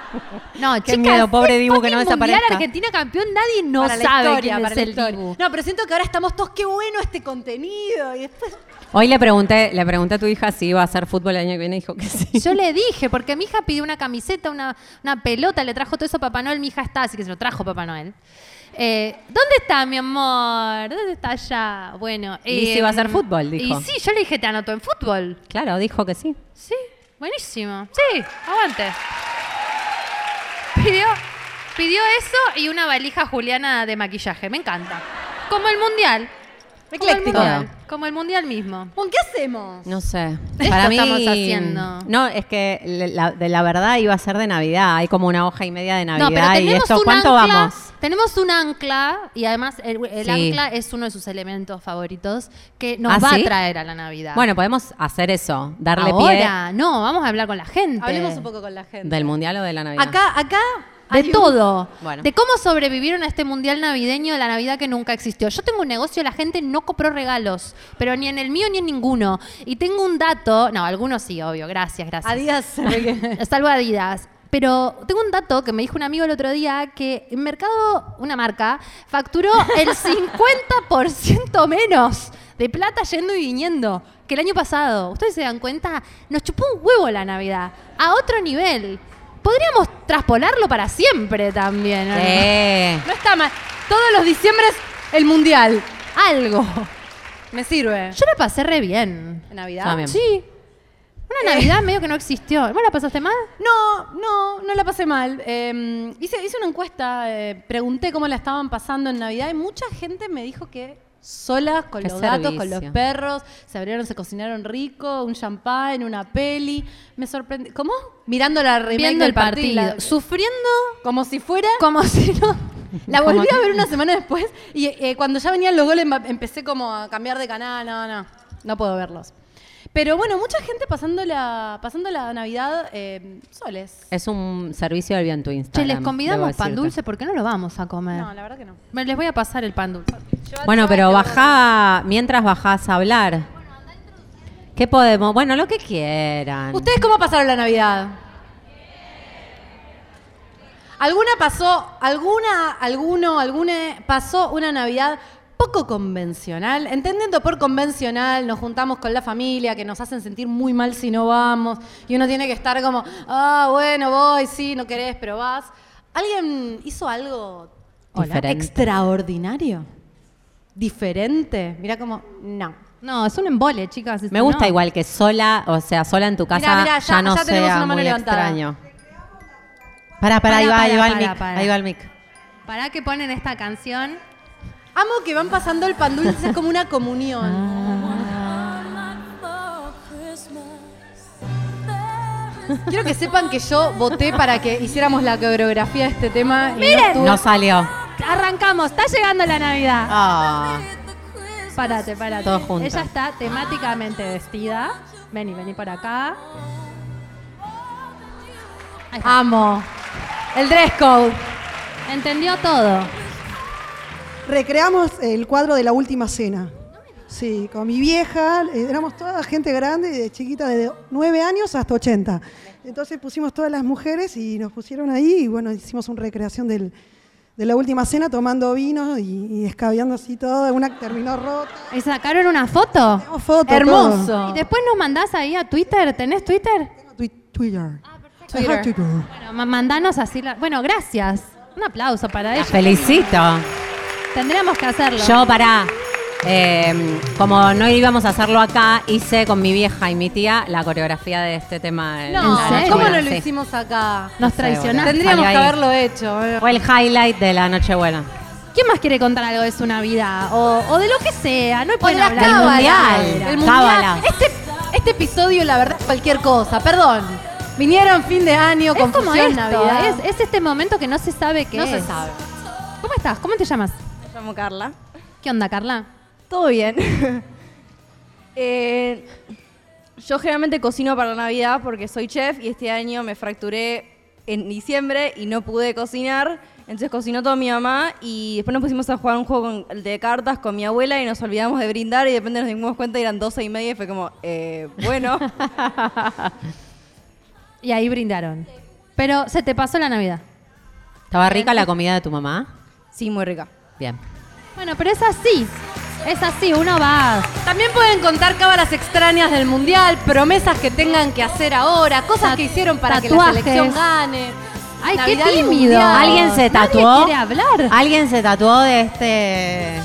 No, Qué chicas, miedo, pobre sí, Dibu, que no fucking desaparezca. Mundial Argentina campeón, nadie no Para la sabe historia, quién para es la el historia. Dibu. No, pero siento que ahora estamos todos, qué bueno este contenido. Y después, Hoy le pregunté, le pregunté a tu hija si iba a hacer fútbol el año que viene y dijo que sí. <laughs> Yo le dije, porque mi hija pidió una camiseta, una, una pelota, le trajo todo eso a Papá Noel, mi hija está, así que se lo trajo Papá Noel. Eh, ¿Dónde está, mi amor? ¿Dónde está allá? Bueno. Lizzy eh, va a hacer fútbol, dijo. Y sí, yo le dije, te anoto en fútbol. Claro, dijo que sí. Sí, buenísimo. Sí, aguante. Pidió, pidió eso y una valija juliana de maquillaje. Me encanta. Como el mundial. Como el Ecléctico. mundial, como el mundial mismo. ¿con qué hacemos? No sé. Esto estamos haciendo. No, es que le- la, de la verdad iba a ser de Navidad. Hay como una hoja y media de Navidad. y esto, ¿cuánto ancla, vamos? tenemos un ancla y además el, el Sí. ancla es uno de sus elementos favoritos que nos ¿Ah, va sí? a traer a la Navidad. Bueno, podemos hacer eso, darle ahora no, vamos a hablar con la gente. Hablemos un poco con la pie gente. del mundial o de la Navidad. Acá, acá. De hay un- todo. Bueno. De cómo sobrevivieron a este mundial navideño de la Navidad que nunca existió. Yo tengo un negocio, la gente no compró regalos, pero ni en el mío ni en ninguno. Y tengo un dato, no, algunos sí, obvio, gracias, gracias. <laughs> Adidas. se ve que- <laughs> Salvo Adidas. Pero tengo un dato que me dijo un amigo el otro día que en Mercado, una marca, facturó el 50% menos de plata yendo y viniendo que el año pasado. Ustedes se dan cuenta, nos chupó un huevo la Navidad, a otro nivel. Podríamos traspolarlo para siempre también. ¿o no? Sí. no está mal. Todos los diciembres, el mundial. Algo. Me sirve. Yo la pasé re bien. Navidad. Yo también. Sí. Una Navidad medio que no existió. ¿Vos la pasaste mal? No, no, no la pasé mal. Eh, hice, hice una encuesta, eh, pregunté cómo la estaban pasando en Navidad y mucha gente me dijo que solas, con Qué los gatos, con los servicio. perros, se abrieron, se cocinaron rico, un champán, una peli. Me sorprendí. ¿Cómo? Mirando la remake Viendo del el partido. la- Sufriendo como si fuera... como <laughs> si no... <laughs> La Como volví a que- ver una semana después y eh, cuando ya venían los goles emba- empecé como a cambiar de canal, no, no, no puedo verlos. Pero bueno, mucha gente pasando la, pasando la Navidad eh, soles. Es un servicio del bien tu Che, Instagram. les debo convidamos decirte. pan dulce, ¿por qué no lo vamos a comer? No, la verdad que no. Me- Les voy a pasar el pan dulce. Bueno, pero bajá, mientras bajás a hablar. ¿Qué podemos? Bueno, lo que quieran. ¿Ustedes cómo pasaron la Navidad? ¿Alguna pasó, alguna, alguno, alguna pasó una Navidad poco convencional? Entendiendo por convencional, nos juntamos con la familia, que nos hacen sentir muy mal si no vamos, y uno tiene que estar como, ah, bueno, voy, sí, no querés, pero vas. ¿Alguien hizo algo hola, Diferente. extraordinario? ¿Diferente? Mira como, no. No, es un embole, chicas. Me gusta igual que sola, o sea, sola en tu casa Mirá, mirá, ya, ya- no ya tenemos sea una mano muy levantada. extraño. Pará, pará, ahí Pará, va, ahí pará, va el pará, mic, pará. ahí va el mic. ¿Para que ponen esta canción? Amo que van pasando el pan dulce, es como una comunión. Quiero que sepan que yo voté para que hiciéramos la coreografía de este tema. y no estuvo- No salió. Arrancamos, está llegando la Navidad. Ah. Párate, párate. Todo junto. Ella está temáticamente vestida. Vení, vení por acá. Ahí está. Amo. El dress code. Entendió todo. Recreamos el cuadro de la última cena. Sí, con mi vieja, eh, éramos toda gente grande, de chiquita de 9 años hasta 80. Entonces pusimos todas las mujeres y nos pusieron ahí y bueno, hicimos una recreación del, de la última cena tomando vino y, y escabeando así todo. Una terminó rota. ¿Y sacaron una foto? Tengo foto, Hermoso. todo. Y después nos mandás ahí a Twitter. ¿Tenés Twitter? Tengo twi- Twitter. Twitter. Ajá, Twitter. Bueno, ma- mandanos así. la- Bueno, gracias. Un aplauso para La ella. felicito. Tendríamos que hacerlo. Yo para. como no íbamos a hacerlo acá, hice con mi vieja y mi tía la coreografía de este tema. en No, la noche ¿cómo buena, no lo sí. hicimos acá? Nos Ah, traicionaste. Tendríamos que salió ahí. haberlo hecho. eh. Fue el highlight de la Nochebuena. ¿Quién más quiere contar algo de su Navidad? O, o de lo que sea. No hay Con pueden las hablar. del cábalas. mundial. El mundial. Cábalas. Este, este episodio, la verdad, es cualquier cosa. Perdón. Vinieron fin de año, Es como confusión, esto. Navidad. Es, es este momento que no se sabe qué no es. se sabe. ¿Cómo estás? ¿Cómo te llamas? Me llamo Carla. ¿Qué onda, Carla? Todo bien. <laughs> Eh, yo generalmente cocino para Navidad porque soy chef y este año me fracturé en diciembre y no pude cocinar. Entonces cocinó todo mi mamá y después nos pusimos a jugar un juego con- de cartas con mi abuela y nos olvidamos de brindar y de repente nos dimos cuenta y eran 12 y media y fue como, eh, bueno. <laughs> Y ahí brindaron. Pero se te pasó la Navidad. ¿Estaba rica la comida de tu mamá? sí, muy rica. Bien. Bueno, pero es así. Es así, uno va. También pueden contar cábalas extrañas del mundial, promesas que tengan que hacer ahora, cosas Tat- que hicieron para tatuajes. que la selección gane. Ay, Navidad qué y tímido. Mundial. ¿Alguien se Nadie tatuó? quiere hablar. ¿Alguien se tatuó de este.?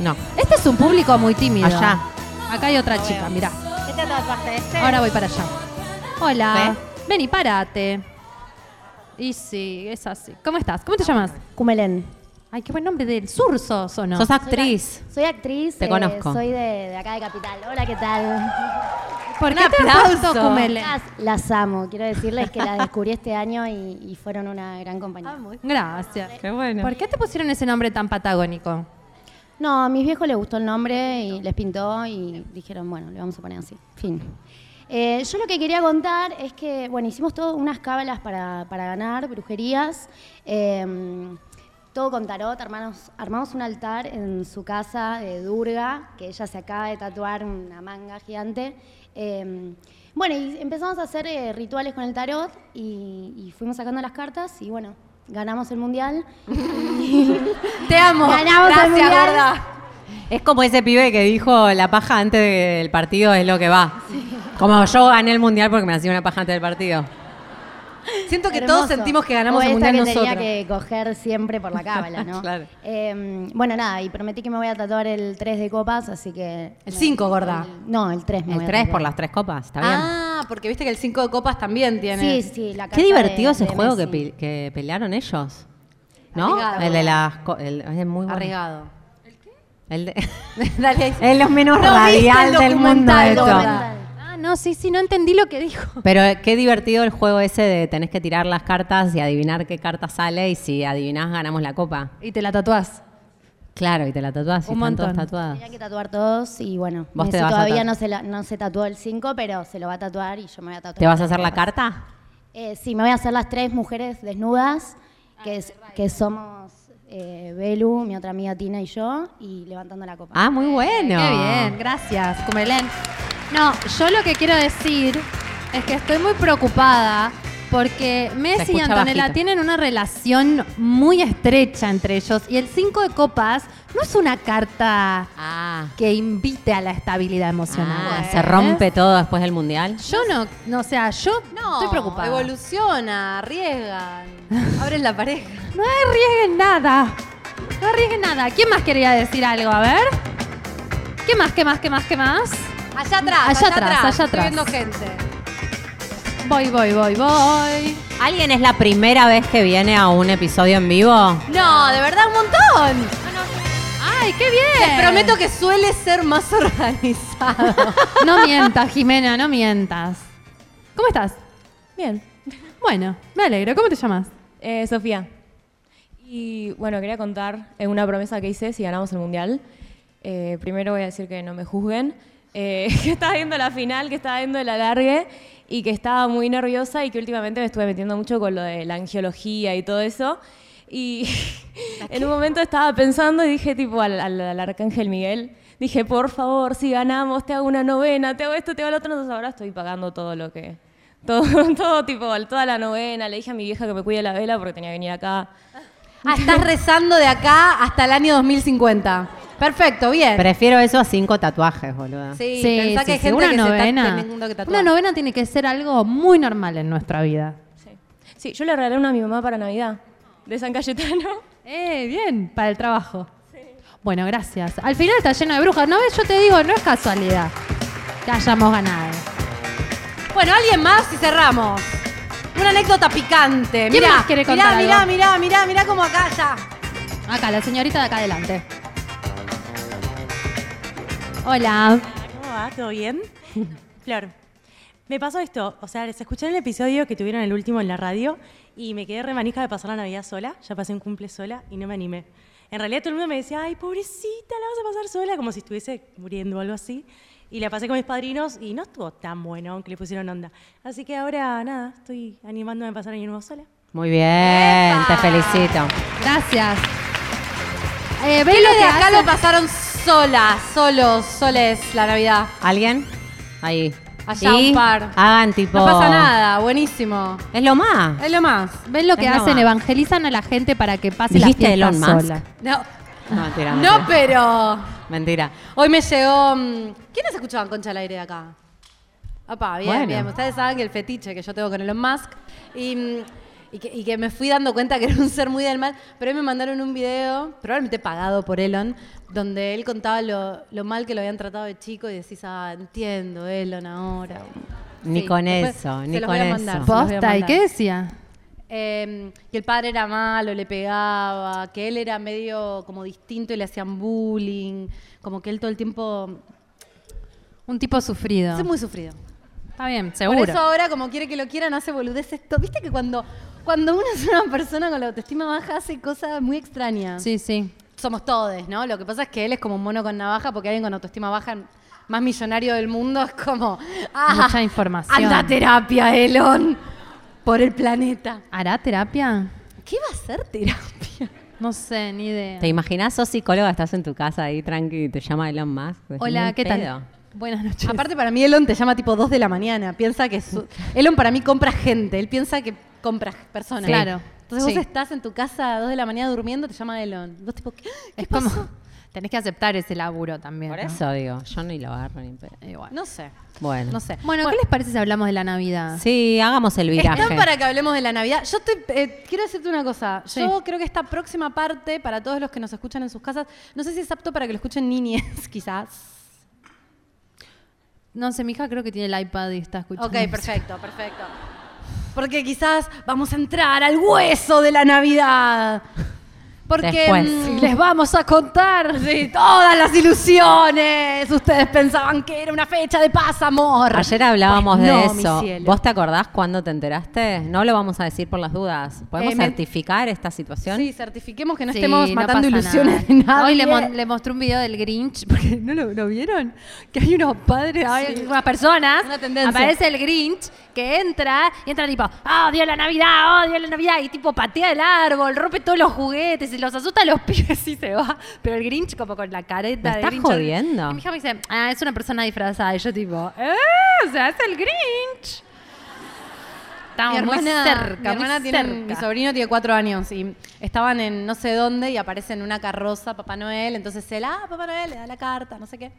No. Este es un público muy tímido. Allá. Acá hay otra chica, mirá. Ahora voy para allá. Hola. Ven y párate. Y sí, es así. ¿Cómo estás? ¿Cómo te llamas? Cumelén. Ay, qué buen nombre del sur sos o no. Sos actriz. Soy actriz. eh, Te conozco. Soy de, de acá de Capital. Hola, ¿qué tal? ¿Por Un qué te has aplauso. puesto Cumele? Las, las amo. Quiero decirles que las descubrí este año y, y fueron una gran compañía. Gracias. Qué bueno. ¿Por qué te pusieron ese nombre tan patagónico? No, a mis viejos les gustó el nombre y les pintó y dijeron, bueno, le vamos a poner así. Fin. Eh, yo lo que quería contar es que, bueno, hicimos todas unas cábalas para, para ganar, brujerías. eh, todo con tarot, hermanos, armamos un altar en su casa de Durga, que ella se acaba de tatuar una manga gigante. Eh, bueno, y empezamos a hacer eh, rituales con el tarot y, y fuimos sacando las cartas y bueno, ganamos el mundial. Te amo. Ganamos el Gracias, Mundial. gorda. Es como ese pibe que dijo la paja antes del partido es lo que va. Como yo gané el mundial porque me hacía una paja antes del partido. Siento que Hermoso. todos sentimos que ganamos O el esta mundial que nosotros. tenía que coger siempre por <laughs> la cábala, ¿no? Claro. Eh, bueno, nada, y prometí que me voy a tatuar el 3 de copas, así que... El cinco, gorda. El- no, el 3 me voy El a 3 por tatuar. las tres copas, está bien. Ah, porque viste que el 5 de copas también tiene. Sí, sí, la Qué carta divertido de- ese de juego que, Messi. pe- que pelearon ellos. ¿No? Arrigado. El de las. co- el- es muy bueno. Arrigado. El de. Dale ahí. <laughs> es lo <laughs> menos No viste el radial del mundo documental, esto. gorda. Ah, no, sí, sí, no entendí lo que dijo. Pero eh, qué divertido el juego ese de tenés que tirar las cartas y adivinar qué carta sale y si adivinás ganamos la copa. Y te la tatuás. Claro, y te la tatuás y Un están todas montón. tatuadas. Tenía que tatuar todos y bueno, Vos te Messi vas a todavía tatuar. no se, la- no se tatuó el 5, pero se lo va a tatuar y yo me voy a tatuar. ¿Te vas a las hacer la copas. carta? Eh, sí, me voy a hacer las tres mujeres desnudas, que, es- que somos eh, Belu, mi otra amiga Tina y yo, y levantando la copa. Ah, muy bueno. Qué bien, gracias, Cumelén. No, yo lo que quiero decir es que estoy muy preocupada porque Messi y escucha Antonella bajito. tienen una relación muy estrecha entre ellos y el 5 de copas no es una carta Ah, que invite a la estabilidad emocional. ah, ¿eh? se rompe todo después del mundial. Yo no, no, o sea, yo No, estoy preocupada. evoluciona, arriesgan. Abren la pareja. No arriesguen nada. No arriesguen nada. ¿Quién más quería decir algo? A ver. ¿Qué más, qué más, qué más, qué más? Allá atrás, Allá atrás, allá Estoy atrás. viendo gente. Voy, voy, voy, voy. ¿Alguien es la primera vez que viene a un episodio en vivo? No, de verdad, un montón. ¡Ay, qué bien! Te prometo que suele ser más <laughs> organizado. <laughs> No mientas, Jimena, no mientas. ¿Cómo estás? Bien. Bueno, me alegro. ¿Cómo te llamas? Eh, Sofía. Y bueno, quería contar eh, una promesa que hice si ganamos el mundial. Eh, primero voy a decir que no me juzguen, eh, <laughs> que estaba viendo la final, que estaba viendo el alargue y que estaba muy nerviosa y que últimamente me estuve metiendo mucho con lo de la angiología y todo eso. Y <laughs> en un momento estaba pensando y dije tipo al, al- al arcángel Miguel, dije, por favor, si ganamos, te hago una novena, te hago esto, te hago lo otro, entonces ahora estoy pagando todo lo que, <laughs> todo, todo tipo, toda la novena. Le dije a mi vieja que me cuide la vela porque tenía que venir acá. Ah, estás rezando de acá hasta el año 2050. Perfecto, bien. Prefiero eso a cinco tatuajes, boluda. Sí, Sí, pensá sí, que hay sí, gente una que se está novena. teniendo que tatuar. una novena tiene que ser algo muy normal en nuestra vida. Sí, yo le regalé una a mi mamá para Navidad, de San Cayetano. Eh, bien, para el trabajo. Bueno, gracias. Al final está lleno de brujas. No ves, yo te digo, no es casualidad que hayamos ganado. Bueno, alguien más y cerramos. Una anécdota picante. ¿Quién Mirá, más quiere contar Mirá, algo? mirá, mirá, mirá, mirá cómo acá ya. Acá, la señorita de acá adelante. Hola. <laughs> ¿Cómo va? ¿Todo bien? Flor, me pasó esto. O sea, les escuché en el episodio que tuvieron el último en la radio y me quedé remanija de pasar la Navidad sola. Ya pasé un cumple sola y no me animé. En realidad todo el mundo me decía, ay, pobrecita, la vas a pasar sola, como si estuviese muriendo o algo así. Y la pasé con mis padrinos y no estuvo tan bueno, aunque le pusieron onda. Así que ahora, nada, estoy animándome a pasar año nuevo sola. Muy bien, te felicito. Gracias. Eh, ¿Ves Pero lo de que acá hace? lo pasaron sola, solos, soles la Navidad. ¿Alguien? Ahí. Allá Y un par. Hagan tipo. No pasa nada, buenísimo. Es lo más. Es lo más. ¿Ves lo que Es nada. hacen? Evangelizan a la gente para que pase la ¿Dijiste fiesta Elon Musk? sola. No, No, mentira, no, mentira. pero. Mentira. Hoy me llegó. mm, ¿Quiénes escuchaban Concha al aire de acá? Apá, bien, Bueno. bien. Ustedes saben que el fetiche que yo tengo con Elon Musk y, mm, y que, y que me fui dando cuenta que era un ser muy del mal, pero hoy me mandaron un video, probablemente pagado por Elon, donde él contaba lo, lo mal que lo habían tratado de chico y decís, ah, entiendo, Elon ahora. Ni Sí, con después eso, se ni los con voy a eso. mandar, se los voy a Posta, ¿y mandar. qué decía? Eh, que el padre era malo, le pegaba, que él era medio como distinto y le hacían bullying, como que él todo el tiempo... Un tipo sufrido. Es muy sufrido. Está bien, Por seguro. eso ahora, como quiere que lo quieran, hace boludeces. to- Viste que cuando, cuando uno es una persona con la autoestima baja, hace cosas muy extrañas. Sí, sí. Somos todos, ¿no? Lo que pasa es que él es como un mono con navaja, porque alguien con autoestima baja, más millonario del mundo, es como... Ah, Mucha información. Anda a terapia, Elon, por el planeta. ¿Hará terapia? ¿Qué va a hacer terapia? No sé, ni idea. ¿Te imaginas? Sos psicóloga, estás en tu casa ahí tranqui y te llama Elon Musk. pues, Ni Hola, en ¿qué pedo. tal? Buenas noches. Aparte, para mí Elon te llama tipo 2 de la mañana. Piensa que... su- Elon para mí compra gente. Él piensa que compra personas. Sí. Claro. Entonces Sí. vos estás en tu casa a 2 de la mañana durmiendo, te llama Elon. Vos tipo, ¿qué, qué <laughs> es como pasó? tenés que aceptar ese laburo también. Por ¿no? eso digo, yo ni lo agarro ni en pedo. Igual. No sé, Bueno. no sé. Bueno, ¿qué les parece si hablamos de la Navidad? Sí, hagamos el viraje. Están para que hablemos de la Navidad. Yo te, eh, quiero decirte una cosa. Sí. Yo creo que esta próxima parte, para todos los que nos escuchan en sus casas, no sé si es apto para que lo escuchen niñez, <laughs> quizás. No sé, mi hija creo que tiene el iPad y está escuchando. Ok, perfecto, perfecto. Porque quizás vamos a entrar al hueso de la Navidad. Porque Después. mm, les vamos a contar sí, todas las ilusiones. Ustedes pensaban que era una fecha de paz, amor. Ayer hablábamos Pues no, mi de eso. cielo. ¿Vos te acordás cuándo te enteraste? No lo vamos a decir por las dudas. ¿Podemos Eh, me- certificar esta situación? Sí, certifiquemos que no Sí, estemos no matando pasa ilusiones nada. de nadie. Hoy le, mon- le mostré un video del Grinch, <laughs> porque no lo, ¿lo vieron, que hay unos padres, hay unas personas, Una tendencia. aparece el Grinch que entra y entra tipo, "Ah, odio la Navidad, odio la Navidad, y tipo patea el árbol, rompe todos los juguetes, y los asusta a los <laughs> pibes y se va. Pero el Grinch como con la careta ¿Me de estás Grinch. jodiendo? Y mi hija me dice, ah, es una persona disfrazada. Y yo tipo, ¡eh! O sea, es el Grinch. Estamos Mi hermana, muy cerca, mi, hermana muy tiene- mi cerca. sobrino tiene cuatro años y estaban en no sé dónde y aparece en una carroza Papá Noel. Entonces él, ah, Papá Noel, le da la carta, no sé qué.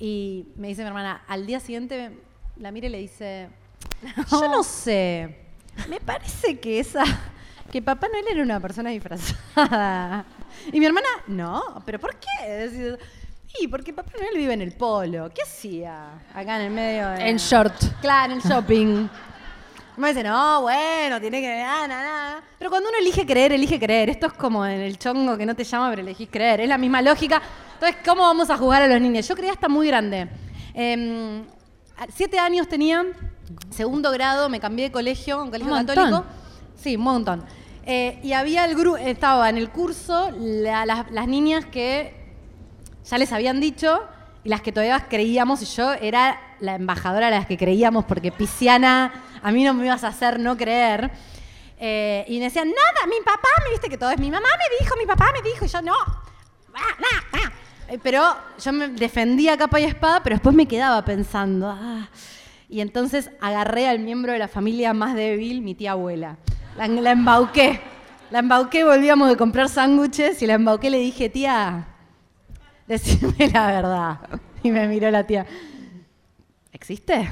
Y me dice mi hermana, al día siguiente la mira y le dice, yo <laughs> no sé, me parece que esa, que Papá Noel era una persona disfrazada. Y mi hermana, no, pero ¿por qué? Decís, Y porque Papá Noel vive en el polo. ¿Qué hacía acá en el medio? de- En short. Claro, en el shopping. Me dice, no, bueno, tiene que nada, nada. Pero cuando uno elige creer, elige creer. Esto es como en el chongo que no te llama, pero elegís creer. Es la misma lógica. Entonces, ¿cómo vamos a jugar a los niños? Yo creía hasta muy grande. Em, a- siete años tenía, segundo grado, me cambié de colegio, a un colegio Un montón. católico. Sí, un montón. Eh, y había el grupo, estaba en el curso la- las- las niñas que ya les habían dicho y las que todavía creíamos y yo era la embajadora de las que creíamos porque Pisciana a mí no me ibas a hacer no creer Eh, y me decían nada mi papá me viste que todo es mi mamá me dijo mi papá me dijo y yo no Ah, ah, ah. Eh, pero yo me defendía capa y espada pero después me quedaba pensando ah. y entonces agarré al miembro de la familia más débil mi tía abuela la, la embauqué La embauqué, volvíamos de comprar sándwiches y la embauqué le dije, tía, decime la <laughs> verdad. Y me miró la tía. ¿Existe?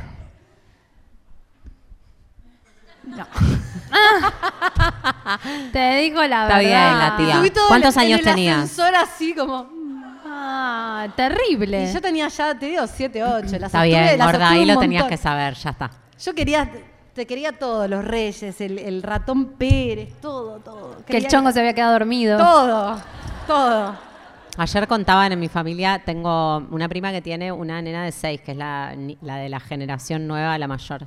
Te digo la Está bien, verdad. la tía. Subí todo ¿Cuántos en el- años en el tenías? ascensor así como... mm, Ah, terrible. Y yo tenía ya, te digo, 7, 8. Está bien, gorda, ahí lo tenías que saber, ya está. Yo quería, te quería todo, los reyes, el, el ratón Pérez, todo, todo. que el Quería chongo se había quedado dormido. Todo, todo. Ayer contaban en mi familia, tengo una prima que tiene una nena de seis, que es la, ni- la de la generación nueva, la mayor.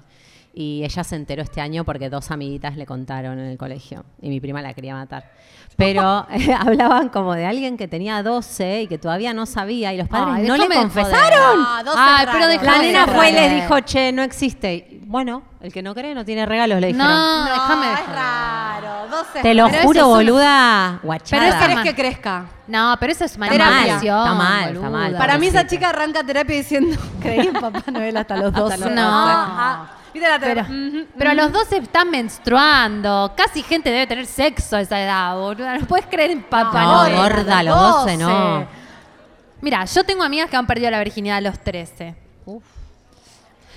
Y ella se enteró este año porque dos amiguitas le contaron en el colegio. Y mi prima la quería matar. Pero <laughs> eh, hablaban como de alguien que tenía 12 y que todavía no sabía. Y los padres Ay, no le déjame de confesaron. joder. No, 12 Ay, es pero raro. dejó- La La nena nena es fue y raro. les dijo, che, no existe. Y, Bueno, el que no cree no tiene regalos, le dijeron. No, déjame. es raro. Dos es Te lo raro. juro, Pero eso es una- boluda. Pero es Guachada. querés que crezca. No, pero eso es Está mal, está manipulación. mal, está mal. boluda. Para mí esa Pobrecita. chica arranca terapia diciendo, <laughs> creí en Papá Noel hasta los 12. los no. 12. Ah, viste la Pero, terapia. Ujú. pero a los 12 están menstruando. Casi gente debe tener sexo a esa edad, boluda. No puedes creer en papá No, Noel. gorda, a los 12 no. Mira, yo tengo amigas que han perdido la virginidad a los 13.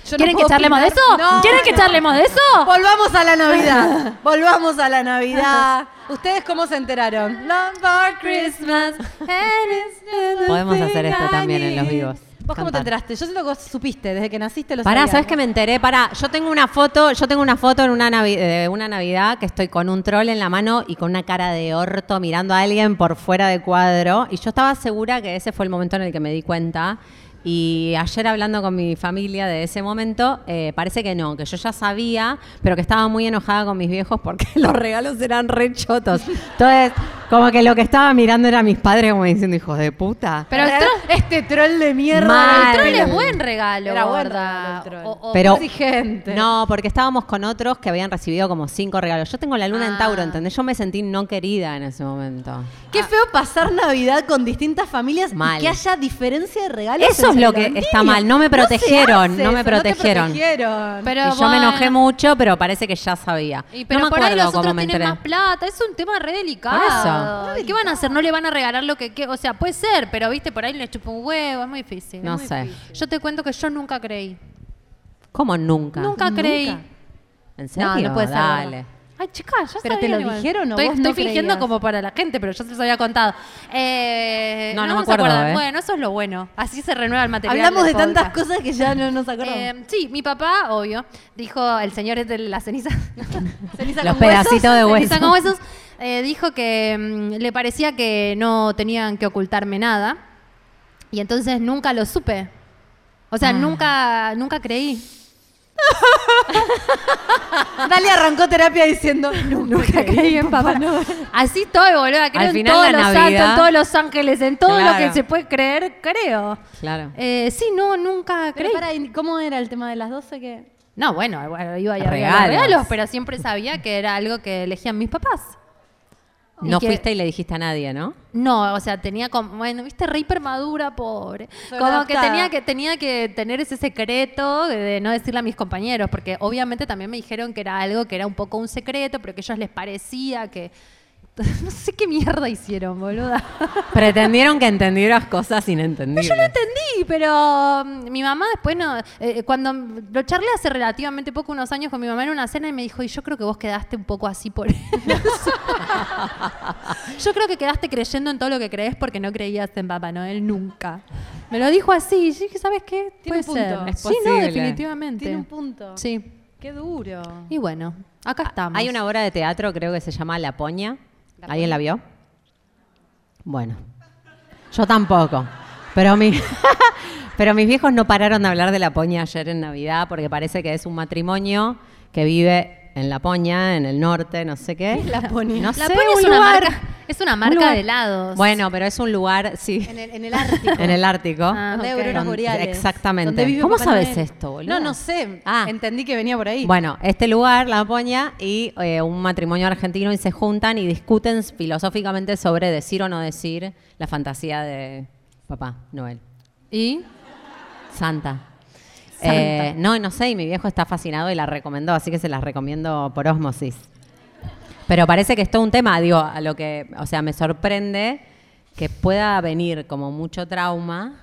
Yo no ¿Quieren puedo que charlemos de opinar. eso? No, ¿Quieren que no. charlemos de eso? Volvamos a <laughs> la Navidad. Volvamos a la Navidad. ¿Ustedes cómo se enteraron? Long for Christmas. Eh, and it's the Podemos thing hacer esto I también en los need. vivos. ¿Vos cómo te Cantar. enteraste? Yo siento que vos supiste, desde que naciste lo Pará, sabías, ¿sabes ¿no? que me enteré? Pará, yo tengo una foto, yo tengo una foto en una, navi- de una Navidad que estoy con un troll en la mano y con una cara de orto mirando a alguien por fuera de cuadro. Y yo estaba segura que ese fue el momento en el que me di cuenta. Y ayer hablando con mi familia de ese momento, eh, parece que no, que yo ya sabía, pero que estaba muy enojada con mis viejos porque <laughs> los regalos eran re chotos. Entonces, como que lo que estaba mirando era a mis padres como diciendo, hijos de puta. Pero el troll, Este troll de <laughs> mierda. Mal. el troll es buen regalo, Era buen gorda. regalo el O- troll. o- pero exigente. no porque estábamos con otros que habían recibido como cinco regalos yo tengo la luna en Ah. Tauro ¿entendés? yo me sentí no querida en ese momento Qué feo pasar Navidad con distintas familias Ah. Mal. y que haya diferencia de regalos. Eso es entre lo que los está niños. mal, no me se protegieron, hace no me eso, te protegieron. protegieron. pero y yo me bueno. enojé mucho pero parece que ya sabía Y pero no me por ahí acuerdo los cómo otros me tienen enteré más plata. Es un tema re delicado. Por ¿Y ¿Qué van a hacer? ¿No le van a regalar lo que, que- O sea, puede ser, pero viste, por ahí le chupa un huevo. Es muy difícil. es no muy sé difícil. Yo te cuento que yo nunca creí. cómo nunca Nunca creí. en serio no puede ser, dale verdad. Ay, chica, ya Pero te sabían lo igual. dijeron o Estoy, vos estoy no fingiendo creías. como para la gente, pero yo se los había contado. Eh, No, no me se acuerdo, acuerdan. eh. Bueno, eso es lo bueno. Así se renueva el material. Hablamos de del tantas podcast. cosas que ya no nos acordamos. Eh, sí, mi papá, obvio, dijo el señor es de <laughs> la ceniza. ceniza Los con huesos, pedacitos de Ceniza hueso. con huesos. eh, dijo que mm, le parecía que no tenían que ocultarme nada. Y entonces nunca lo supe. O Ah. sea, nunca, <laughs> nunca creí. Dalia arrancó terapia diciendo, nunca, creí en papá. Noel". <laughs> Así estoy, boluda. Creo Al en final la todos los Navidad- santos, en todos los ángeles, en todo Claro. lo que se puede creer, creo. claro Eh, sí, no, nunca Pero creí. pará, ¿y ¿cómo era el tema de las 12 que...? No, bueno, eh, bueno, iba a ir a Regalos. regalar regalos, pero siempre sabía que era algo que elegían mis papás. Y no que- fuiste y le dijiste a nadie ¿no? No, o sea, tenía como, bueno, viste, re hipermadura, pobre. Soy como adaptada. que tenía que tenía que tener ese secreto de, de no decirle a mis compañeros, porque obviamente también me dijeron que era algo que era un poco un secreto, pero que a ellos les parecía que <laughs> no sé qué mierda hicieron, boluda. pretendieron que entendieras cosas inentendibles entendí, pero mm, mi mamá después no. eh, cuando lo charlé hace relativamente poco, unos años con mi mamá en una cena, y me dijo, y yo creo que vos quedaste un poco así por eso. <laughs> yo creo que quedaste creyendo en todo lo que crees porque no creías en Papá Noel nunca. Me lo dijo así, y yo dije, ¿sabes qué? Tiene un punto. ser. Es sí, no, posible. definitivamente. Tiene un punto. Sí. Qué duro. Y bueno, acá estamos. Ah, Hay una obra de teatro, creo que se llama La Poña. ¿Alguien la vio? Bueno, yo tampoco. Pero, mi- <laughs> pero mis viejos no pararon de hablar de La Poña ayer en Navidad porque parece que es un matrimonio que vive en La Poña, en el norte, no sé qué. La Poña. No La sé, Pony un es una lugar- marca, es una un marca lugar- de helados. Bueno, pero es un lugar, sí. En el, en <laughs> el Ártico. En el Ártico. Ah, Donde hay ok. auroras Donde- boreales. exactamente. Donde vive ¿Cómo Papá sabes Noel. esto, boluda? No, no sé. Ah. Entendí que venía por ahí. Bueno, este lugar, La Poña, y eh, un matrimonio argentino y se juntan y discuten filosóficamente sobre decir o no decir la fantasía de papá Noel. ¿Y? Santa. Eh, no, no sé, y mi viejo está fascinado y la recomendó, así que se las recomiendo por osmosis. Pero parece que es todo un tema, digo, a lo que, o sea, me sorprende que pueda venir como mucho trauma.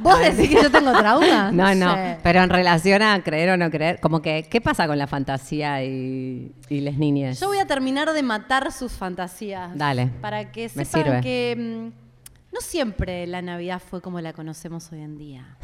¿Vos decís que <laughs> yo tengo trauma? No, no, sé. pero en relación a creer o no creer, como que, ¿qué pasa con la fantasía y, y las niñas? Yo voy a terminar de matar sus fantasías. Dale. Para que Me sepan sirve. que mm, no siempre la Navidad fue como la conocemos hoy <laughs> en día.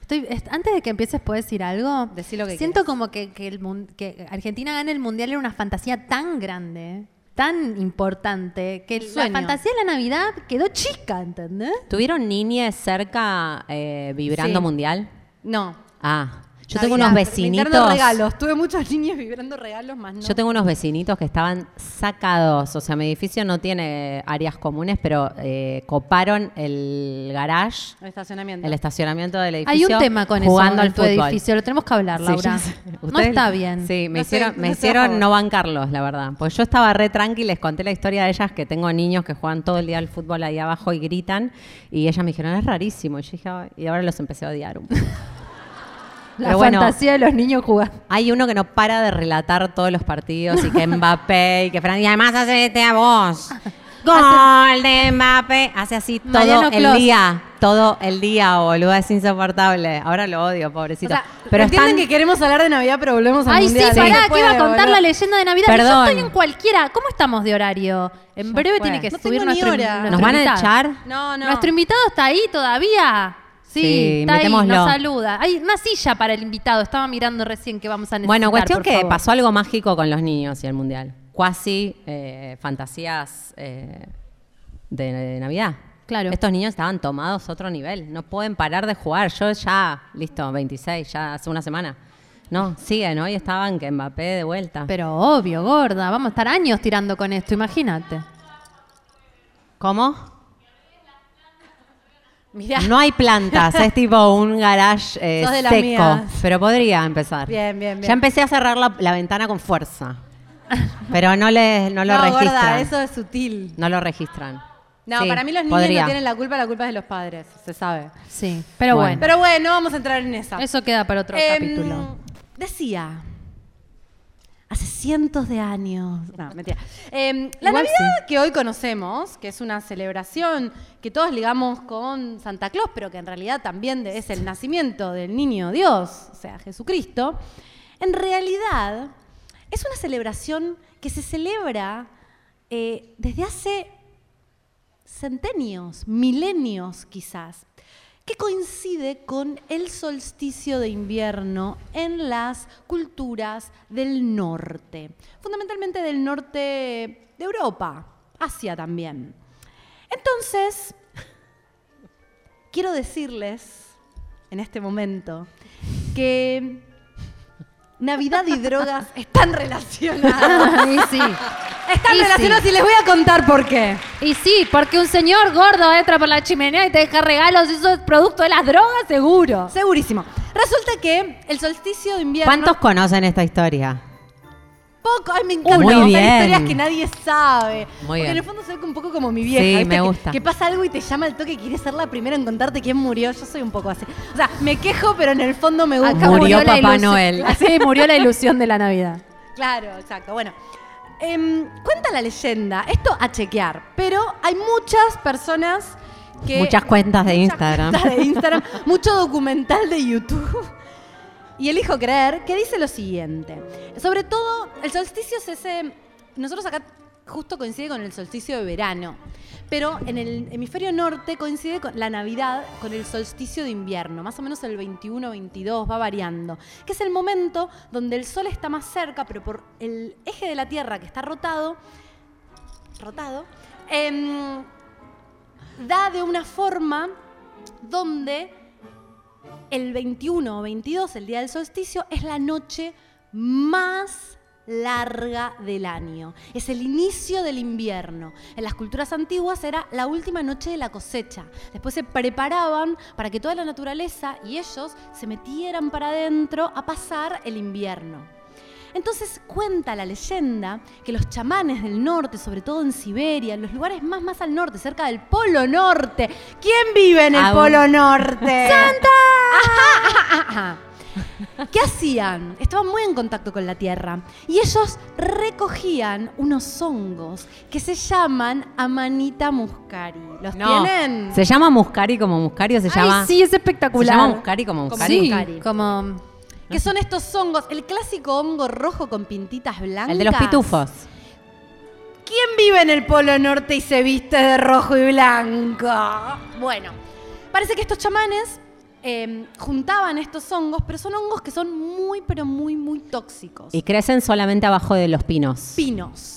Estoy- est- antes de que empieces, ¿puedo decir algo? Decí lo que Siento como que, que el mun- que Argentina gane el Mundial era una fantasía tan grande, tan importante, que sueño. la fantasía de la Navidad quedó chica, ¿entendés? ¿Tuvieron niñas cerca eh, vibrando Sí. mundial? No. Ah, yo Navidad, tengo unos me encargo vecinitos. de regalos. Tuve muchos <laughs> niños vibrando regalos más no. Yo tengo unos vecinitos que estaban sacados, o sea, mi edificio no tiene áreas comunes, pero eh, coparon el garage, El estacionamiento. el estacionamiento del edificio. Hay un tema con eso jugando al en tu fútbol. edificio, lo tenemos que hablar, Sí, Laura. ya sé. no Ustedes- está bien. Sí, me No estoy- hicieron, no me estoy a hicieron favor. no bancarlos, la verdad. Pues yo estaba re tranqui, les conté la historia de ellas, que tengo niños que juegan todo el día al fútbol ahí abajo y gritan, y ellas me dijeron, es rarísimo. Y yo dije, "Ay", y ahora los empecé a odiar <laughs> un poco. La pero bueno. fantasía de los niños jugando. Hay uno que no para de relatar todos los partidos y que Mbappé y que Fran. Y además hace este <laughs> a vos. Gol de Mbappé. Hace así todo Mariano el Clos. día. Todo el día, boludo. Es insoportable. Ahora lo odio, pobrecito. Pero pero entienden están, que queremos hablar de Navidad, pero volvemos al Ay, sí, mundial. pará, se que iba a puede, contar la boludo. leyenda de Navidad. Perdón. Yo estoy en cualquiera. ¿Cómo estamos de horario? En breve tiene que No subir tengo ni nuestro, hora. nuestro ¿Nos van a invitado. echar? No, no. Nuestro invitado está ahí todavía. Sí, Sí, está ahí, invitémoslo. nos saluda. Hay una silla para el invitado. Estaba mirando recién que vamos a necesitar. Bueno, cuestión por que favor. pasó algo mágico con los niños y el mundial. Cuasi eh, fantasías eh, de, de Navidad. Claro. Estos niños estaban tomados a otro nivel. No pueden parar de jugar. Yo ya, listo, 26, ya hace una semana. No, siguen. Hoy estaban que Mbappé de vuelta. Pero obvio, gorda. Vamos a estar años tirando con esto, imagínate. ¿Cómo? No hay plantas, es tipo un garage eh, Sos de las seco. mías. Pero podría empezar. Bien, bien, bien. Ya empecé a cerrar la, la ventana con fuerza. Pero no, les, no lo No, registran. gorda, eso es sutil. No lo registran. No, Sí, para mí los niños podría. no tienen la culpa, la culpa es de los padres, se sabe. Sí, pero bueno. Bueno. Pero bueno, vamos a entrar en esa. Eso queda para otro Em, <laughs> capítulo. Decía, hace cientos de años. No, mentira. Em, la Igual Navidad que hoy conocemos, que es una celebración que todos ligamos con Santa Claus, pero que en realidad también de- es el nacimiento del niño Dios, o sea, Jesucristo, en realidad es una celebración que se celebra eh, desde hace centenios, milenios quizás, que coincide con el solsticio de invierno en las culturas del norte, fundamentalmente del norte de Europa, Asia también. Entonces, quiero decirles en este momento que Navidad y drogas están relacionadas. Y sí. Están Y sí. relacionadas y les voy a contar por qué. Y sí, porque un señor gordo entra por la chimenea y te deja regalos. Eso es producto de las drogas, seguro. Segurísimo. Resulta que el solsticio de invierno. ¿Cuántos conocen esta historia? Poco, ay, me encanta Muy contar bien. historias que nadie sabe. Muy Porque bien. en el fondo soy un poco como mi vieja. Sí, ¿viste? me Que- gusta. Que, pasa algo y te llama el toque y quieres ser la primera en contarte quién murió. Yo soy un poco así. O sea, me quejo, pero en el fondo me gusta. Acá Murió la Papá ilusión- Noel. Ah, Así murió la ilusión de la Navidad. Claro, exacto. Bueno, em, cuenta la leyenda. Esto a chequear. Pero hay muchas personas que. Muchas cuentas de muchas Instagram. cuentas de <laughs> Instagram, mucho documental de YouTube. Y elijo creer que dice lo siguiente. Sobre todo, el solsticio es ese. Nosotros acá justo coincide con el solsticio de verano. Pero en el hemisferio norte coincide con la Navidad con el solsticio de invierno, más o menos el 21-22, va variando. Que es el momento donde el sol está más cerca, pero por el eje de la Tierra que está rotado, rotado, em, da de una forma donde el 21 o 22, el día del solsticio, es la noche más larga del año. Es el inicio del invierno. En las culturas antiguas era la última noche de la cosecha. Después se preparaban para que toda la naturaleza y ellos se metieran para adentro a pasar el invierno. Entonces cuenta la leyenda que los chamanes del norte, sobre todo en Siberia, en los lugares más más al norte, cerca del Polo Norte, ¿quién vive en el Au. Polo Norte? ¡Santa! <laughs> ¿Qué hacían? Estaban muy en contacto con la tierra. Y ellos recogían unos hongos que se llaman amanita muscari. ¿Los No, tienen? se llama Muscari como Muscari o se llama... Ay, sí, es se espectacular. llama Muscari como Como- Muscari. sí, Muscari. como... Que son estos hongos, el clásico hongo rojo con pintitas blancas. El de los pitufos. ¿Quién vive en el Polo Norte y se viste de rojo y blanco? Bueno, parece que estos chamanes eh, juntaban estos hongos, pero son hongos que son muy, pero muy, muy tóxicos. Y crecen solamente abajo de los pinos. pinos.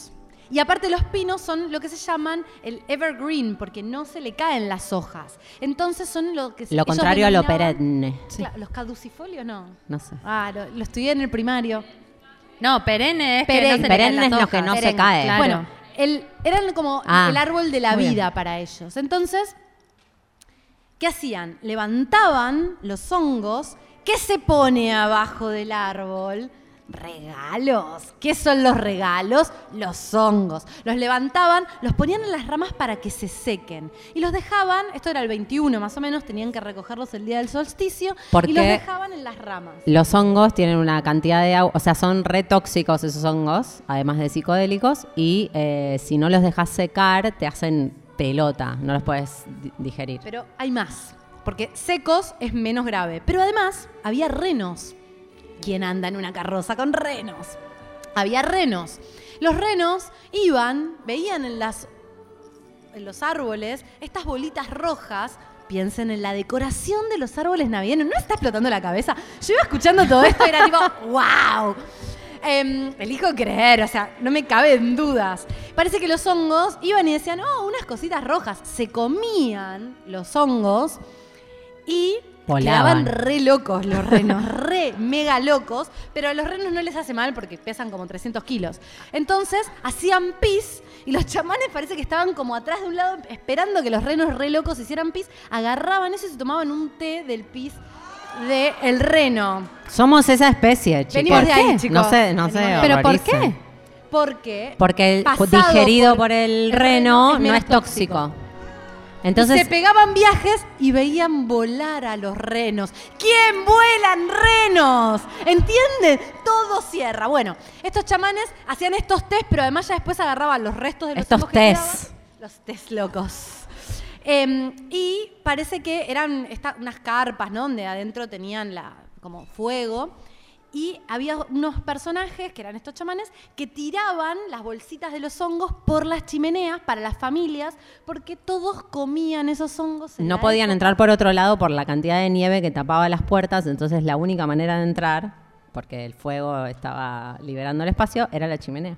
Y aparte los pinos son lo que se llaman el evergreen, porque no se le caen las hojas. Entonces son lo que se- Lo ellos contrario a lo denominaban- perenne. Claro, los caducifolios no. No sé. Ah, lo, lo estudié en el primario. No, perenne es que Perenne. no se le caen Perenne las es lo que hojas. no se Perenne, cae. claro. Bueno, el- eran como Ah, el árbol de la muy bien. vida para ellos. Entonces, ¿qué hacían? Levantaban los hongos. ¿Qué se pone abajo del árbol? Regalos. ¿Qué son los regalos? Los hongos. Los levantaban, los ponían en las ramas para que se sequen. Y los dejaban, esto era el 21 más o menos, tenían que recogerlos el día del solsticio. ¿Por y los qué? dejaban en las ramas. Los hongos tienen una cantidad de agua, o sea, son re tóxicos esos hongos, además de psicodélicos, y eh, si no los dejas secar, te hacen pelota, no los puedes di- digerir. Pero hay más, porque secos es menos grave. Pero además había renos. ¿Quién anda en una carroza con renos? Había renos. Los renos iban, veían en, las, en los árboles estas bolitas rojas. Piensen en la decoración de los árboles navideños. ¿No está explotando la cabeza? Yo iba escuchando todo esto y era tipo, <laughs> wow. Em, elijo creer, o sea, no me caben dudas. Parece que los hongos iban y decían, oh, unas cositas rojas. Se comían los hongos y Volaban. quedaban re locos los renos, <laughs> re mega locos, pero a los renos no les hace mal porque pesan como 300 kilos. Entonces hacían pis y los chamanes parece que estaban como atrás de un lado esperando que los renos re locos hicieran pis, agarraban eso y se tomaban un té del pis del reno. Somos esa especie, chicos. Venimos de ahí, ¿Por qué? chicos. No sé, no Venimos sé. de ahí. ¿Pero por Marisa. qué? Porque, Porque el- pasado digerido por, el reno no menos es tóxico. Entonces, se pegaban viajes y veían volar a los renos. ¿Quién vuelan renos? ¿Entienden? Todo cierra. Bueno, estos chamanes hacían estos test, pero además ya después agarraban los restos de los Estos hongos que test. quedaban. Los test locos. Em, y parece que eran esta- unas carpas, ¿no? Donde adentro tenían la, como fuego. Y había unos personajes, que eran estos chamanes, que tiraban las bolsitas de los hongos por las chimeneas para las familias, porque todos comían esos hongos. en no la podían época. entrar por otro lado por la cantidad de nieve que tapaba las puertas, entonces la única manera de entrar, porque el fuego estaba liberando el espacio, era la chimenea.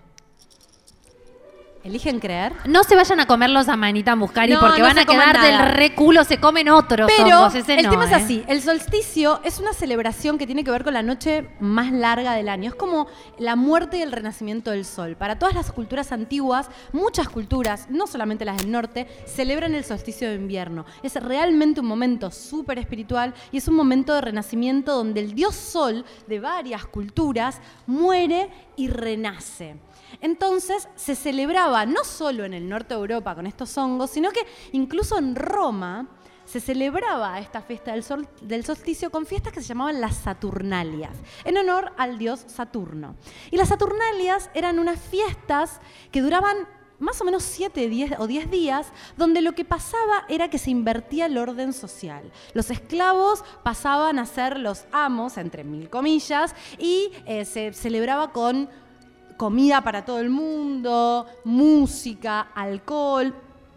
Eligen creer. No se vayan a comer los amanita muscari No, porque no van se a quedar coman nada. del re culo, se comen otros Pero hongos, ese el no, tema es ¿eh? así, el solsticio es una celebración que tiene que ver con la noche más larga del año. Es como la muerte y el renacimiento del sol. Para todas las culturas antiguas, muchas culturas, no solamente las del norte, celebran el solsticio de invierno. Es realmente un momento súper espiritual y es un momento de renacimiento donde el dios sol de varias culturas muere y renace. Entonces se celebraba no solo en el norte de Europa con estos hongos, sino que incluso en Roma se celebraba esta fiesta del, sol- del solsticio con fiestas que se llamaban las Saturnalias, en honor al dios Saturno. Y las Saturnalias eran unas fiestas que duraban más o menos 7 o 10 días, donde lo que pasaba era que se invertía el orden social. Los esclavos pasaban a ser los amos, entre mil comillas, y eh, se celebraba con comida para todo el mundo, música, alcohol,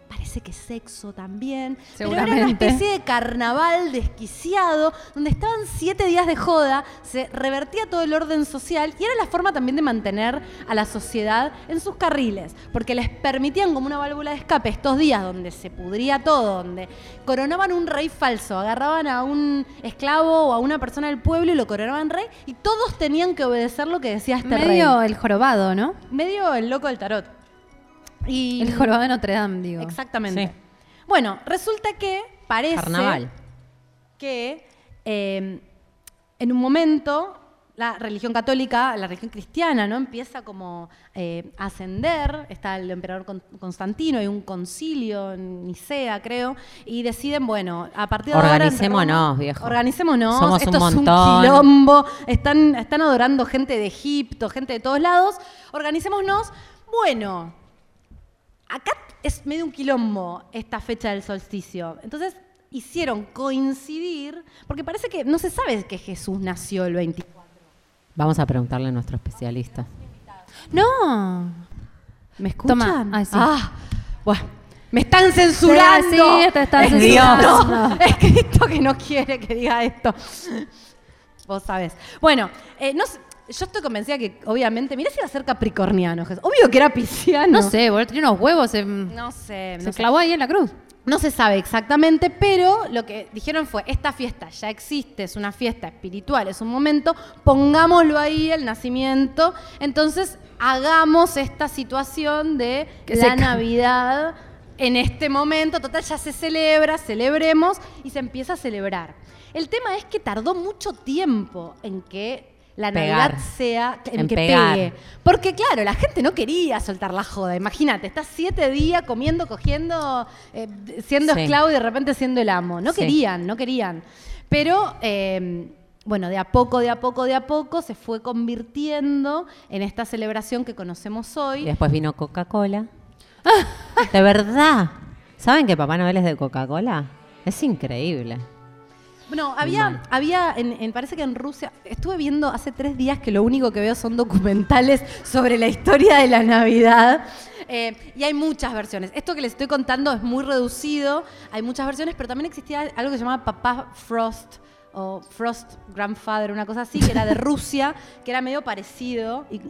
parece que sexo también. Pero era una Seguramente. especie de carnaval desquiciado, donde estaban siete días de joda, se revertía todo el orden social y era la forma también de mantener a la sociedad en sus carriles, porque les permitían como una válvula de escape estos días donde se pudría todo, donde coronaban un rey falso, agarraban a un esclavo o a una persona del pueblo y lo coronaban rey y todos tenían que obedecer lo que decía este rey Medio el jorobado, ¿no? medio el loco del tarot. Y El jorobado de Notre Dame, digo. Exactamente. Bueno, resulta que parece Carnaval. que eh, en un em, momento la religión católica, la religión cristiana, ¿no? Empieza como eh, a ascender, está el emperador Con- Constantino, hay un concilio en Nicea, creo, y deciden, bueno, a partir de ahora... en Organicémonos, Roma- viejo. Organicémonos, Somos esto un es un montón. quilombo, están, están adorando gente de Egipto, gente de todos lados, organicémonos, bueno, acá es medio un quilombo esta fecha del solsticio. Entonces hicieron coincidir, porque parece que no se sabe que Jesús nació el 24. Vamos a preguntarle a nuestro especialista. No. ¿Me escuchan? Toma. Ah, sí. Ah, bueno. Me están censurando. Sí, te están Es censurando. Cristo. <laughs> Es Cristo que no quiere que diga esto. Vos sabés. Bueno, eh, no sé, yo estoy convencida que, obviamente, mirá si iba a ser capricorniano. Jesús. Obvio que era pisciano. No sé, boludo, tenía unos huevos. Se, No sé. se no sé. clavó ahí en la cruz. No se sabe exactamente, pero lo que dijeron fue, esta fiesta ya existe, es una fiesta espiritual, es un momento, pongámoslo ahí, el nacimiento, entonces hagamos esta situación de Que se la cambie. Navidad en este momento, total, ya se celebra, celebremos y se empieza a celebrar. El tema es que tardó mucho tiempo en que la Pegar. Navidad sea, en, En que pegar. pegue. Porque claro, la gente no quería soltar la joda. Imagínate, estás siete días comiendo, cogiendo, eh, siendo Sí. esclavo y de repente siendo el amo. No Sí. querían, no querían. Pero eh, bueno, de a poco, de a poco, de a poco se fue convirtiendo en esta celebración que conocemos Y hoy. después vino Coca-Cola. De verdad. ¿Saben que Papá Noel es de Coca-Cola? Es increíble. Bueno, había, había en, en- parece que en Rusia, estuve viendo hace tres días que lo único que veo son documentales sobre la historia de la Navidad. eh, y hay muchas versiones. Esto que les estoy contando es muy reducido, hay muchas versiones, pero también existía algo que se llamaba Papá Frost o Frost Grandfather, una cosa así, que era de Rusia, que era medio parecido. Y,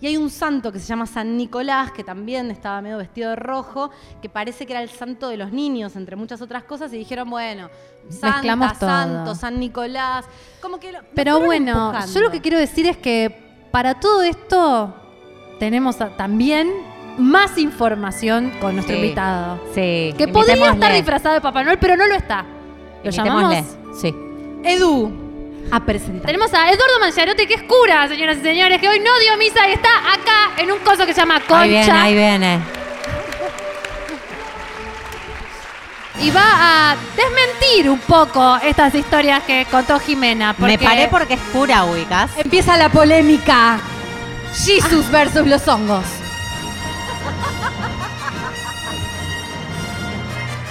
y hay un santo que se llama San Nicolás, que también estaba medio vestido de rojo, que parece que era el santo de los niños, entre muchas otras cosas, y dijeron, bueno, Santa, Mezclamos todo. Santo, San Nicolás, como que... lo- lo Pero fueron bueno, empujando. yo lo que quiero decir es que para todo esto tenemos a- también más información con nuestro Sí. invitado. Eh, Sí. Que podría estar disfrazado de Papá Noel, pero no lo está. Lo llamamos. Sí. Edu, a presentar. Tenemos a Eduardo Mancharote, que es cura, señoras y señores, que hoy no dio misa y está acá en un coso que se llama Concha. Ahí viene, ahí viene. Y va a desmentir un poco estas historias que contó Jimena. Me Porque paré porque es cura, ubicas. Empieza la polémica. Jesus versus los hongos.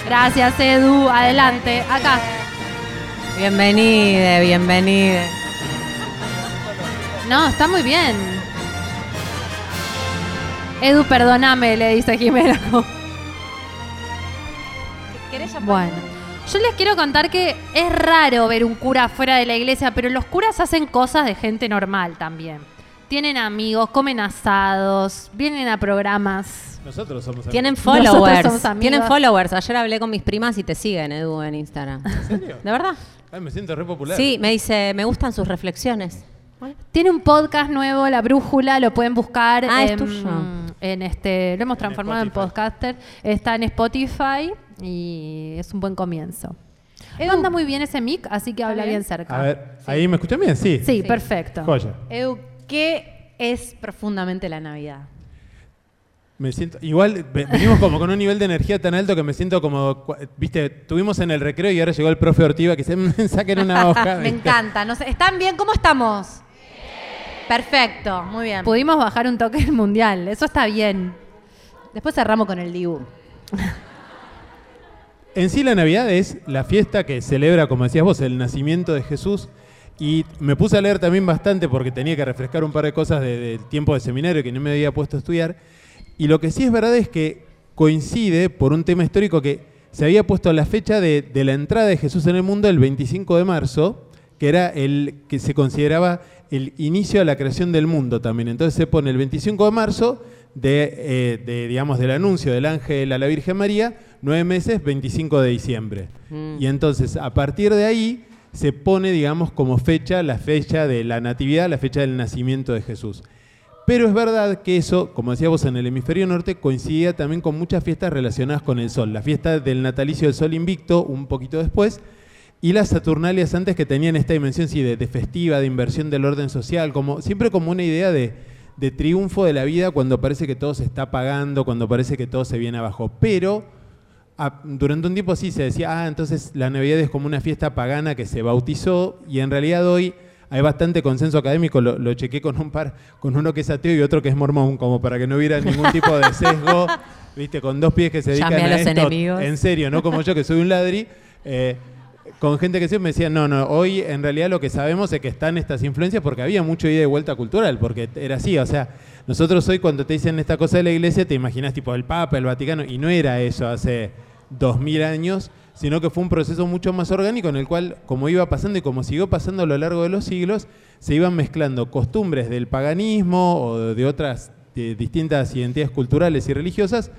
Gracias, Edu. Adelante, acá. Bienvenide, bienvenide. No, está muy bien. Edu, perdóname, le dice Jimena. Bueno, yo les quiero contar que es raro ver un cura fuera de la iglesia, pero los curas hacen cosas de gente normal también. Tienen amigos, comen asados, vienen a programas. Nosotros somos Tienen Nosotros followers. somos Tienen amigos. followers. Ayer hablé con mis primas y te siguen, Edu, en Instagram. serio? ¿De verdad? Ay, me siento re popular. Sí, me dice, me gustan sus reflexiones. Tiene un podcast nuevo, La Brújula, lo pueden buscar. Ah, es en, tuyo. en este, lo hemos transformado en, Spotify. podcaster. Está en Spotify y es un buen comienzo. Edu anda muy bien ese mic, así que habla bien, cerca. A ver, ¿ahí me escuchan bien? Sí. Sí, perfecto. Joya. Edu, ¿qué es profundamente la Navidad? Me siento, igual ve- venimos como con un nivel de energía tan alto que me siento como, cua- viste, tuvimos en el recreo y ahora llegó el profe Ortiva que se <laughs> <laughs> saquen una hoja. Me ¿viste? encanta. No sé, ¿Están bien? ¿Cómo estamos? Perfecto, muy bien. Pudimos bajar un toque el mundial, eso está bien. Después cerramos con el Dibu. En sí la Navidad es la fiesta que celebra, como decías vos, el nacimiento de Jesús. Y me puse a leer también bastante porque tenía que refrescar un par de cosas de- del tiempo de seminario que no me había puesto a estudiar. Y lo que sí es verdad es que coincide por un tema histórico que se había puesto la fecha de, de la entrada de Jesús en el mundo el 25 de marzo, que era el que se consideraba el inicio de la creación del mundo también. Entonces se pone el 25 de marzo de, eh, de, digamos, del anuncio del ángel a la Virgen María, nueve meses, 25 de diciembre. Y entonces, a partir de ahí, se pone, digamos, como fecha la fecha de la natividad, la fecha del nacimiento de Jesús. Pero es verdad que eso, como decíamos en el hemisferio norte, coincidía también con muchas fiestas relacionadas con el sol. La fiesta del natalicio del sol invicto, un poquito después, Y las Saturnalias antes que tenían esta dimensión sí, de, de festiva, de inversión del orden social, como, siempre como una idea de, de triunfo de la vida cuando parece que todo se está pagando, cuando parece que todo se viene abajo. Pero a- durante un tiempo sí se decía, ah, entonces la Navidad es como una fiesta pagana que se bautizó y en realidad hoy hay bastante consenso académico, lo, lo chequé con un par, con uno que es ateo y otro que es mormón, como para que no hubiera ningún tipo <laughs> de sesgo, viste, con dos pies que se dedican Llame a a, los esto, enemigos. <laughs> en serio, no como yo que soy un ladri. eh, con gente que siempre me decía, no, no, hoy en realidad lo que sabemos es que están estas influencias porque había mucho ida y vuelta cultural, porque era así, o sea, nosotros hoy cuando te dicen esta cosa de la iglesia te imaginas tipo el Papa, el Vaticano, y no era eso hace dos mil años, sino que fue un proceso mucho más orgánico en el cual, como iba pasando y como siguió pasando a lo largo de los siglos, se iban mezclando costumbres del paganismo o de- de otras de distintas identidades culturales y religiosas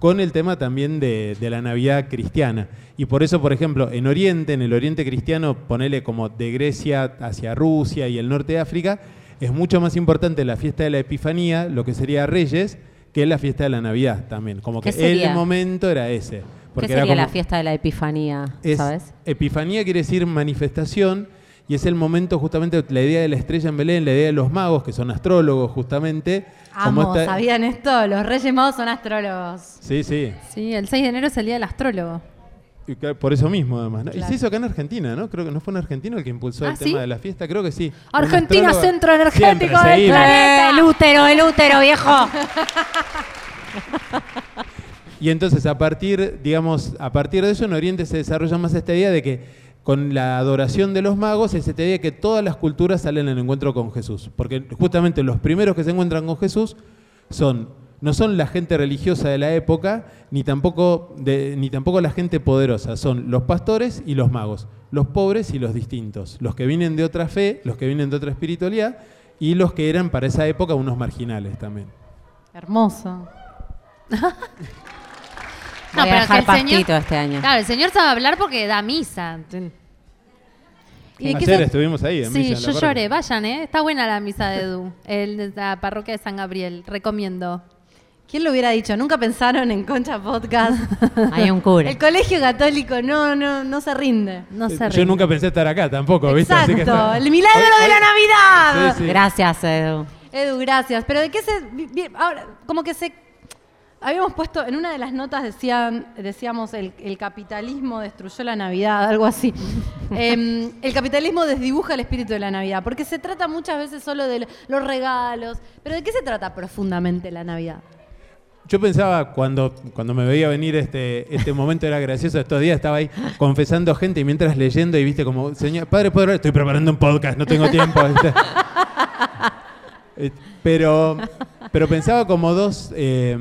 con el tema también de, de la Navidad cristiana. Y por eso, por ejemplo, en Oriente, en el Oriente cristiano, ponele como de Grecia hacia Rusia y el norte de África, es mucho más importante la fiesta de la Epifanía, lo que sería Reyes, que la fiesta de la Navidad también. Como que ¿Qué sería? el momento era ese. ¿Qué Porque sería era como, la fiesta de la Epifanía? es- ¿Sabes? Epifanía quiere decir manifestación y es el momento justamente, la idea de la estrella en Belén, la idea de los magos, que son astrólogos justamente. Amo, como este- esta- ¿sabían esto? Los Reyes Magos son astrólogos. Sí, sí. Sí, el 6 de enero es el día del astrólogo. Y que- Por eso mismo, además. ¿no? Y Claro. se hizo acá en Argentina, ¿no? Creo que no fue un argentino el que impulsó ¿Ah, el sí? tema de la fiesta, creo que sí. Un Argentina, astrólogo- centro Siempre energético del seguimos. planeta. el útero, el útero, <laughs> viejo. Y entonces, a partir, digamos, a partir de eso, en Oriente se desarrolla más esta idea de que con la adoración de los magos es esta idea que todas las culturas salen al encuentro con Jesús. Porque justamente los primeros que se encuentran con Jesús son, no son la gente religiosa de la época, ni tampoco, de- ni tampoco la gente poderosa, son los pastores y los magos, los pobres y los distintos, los que vienen de otra fe, los que vienen de otra espiritualidad y los que eran para esa época unos marginales también. <laughs> Hermoso. Voy a pero dejar que el señor- pastito este año. Claro, el señor sabe hablar porque da misa. ¿Y de qué Ayer se- estuvimos ahí. En Sí, misa, en la yo parroquia. lloré. Vayan, ¿eh? Está buena la misa de Edu, en la parroquia de San Gabriel. Recomiendo. ¿Quién lo hubiera dicho? Nunca pensaron en Concha Podcast. Hay un cura. El colegio católico no, no, no se rinde. Eh, No se Eh, Yo ríen. nunca pensé estar acá tampoco, ¿viste? Así que Exacto. está- El milagro Hoy- de la Navidad. Sí, sí. Gracias, Edu. Edu, gracias. Pero de qué se. bi- bi- Ahora, como que se. Habíamos puesto, en una de las notas decían, decíamos, el, el capitalismo destruyó la Navidad, <laughs> algo así. Em, el capitalismo desdibuja el espíritu de la Navidad, porque se trata muchas veces solo de lo- los regalos. Pero ¿de qué se trata profundamente la Navidad? Yo pensaba cuando, cuando me veía venir este, este momento, era gracioso, estos días estaba ahí confesando gente y mientras leyendo y viste como, señor, padre, ¿puedo hablar? Estoy preparando un podcast, no tengo tiempo. ¿viste? Eh, Pero, pero pensaba como dos, eh,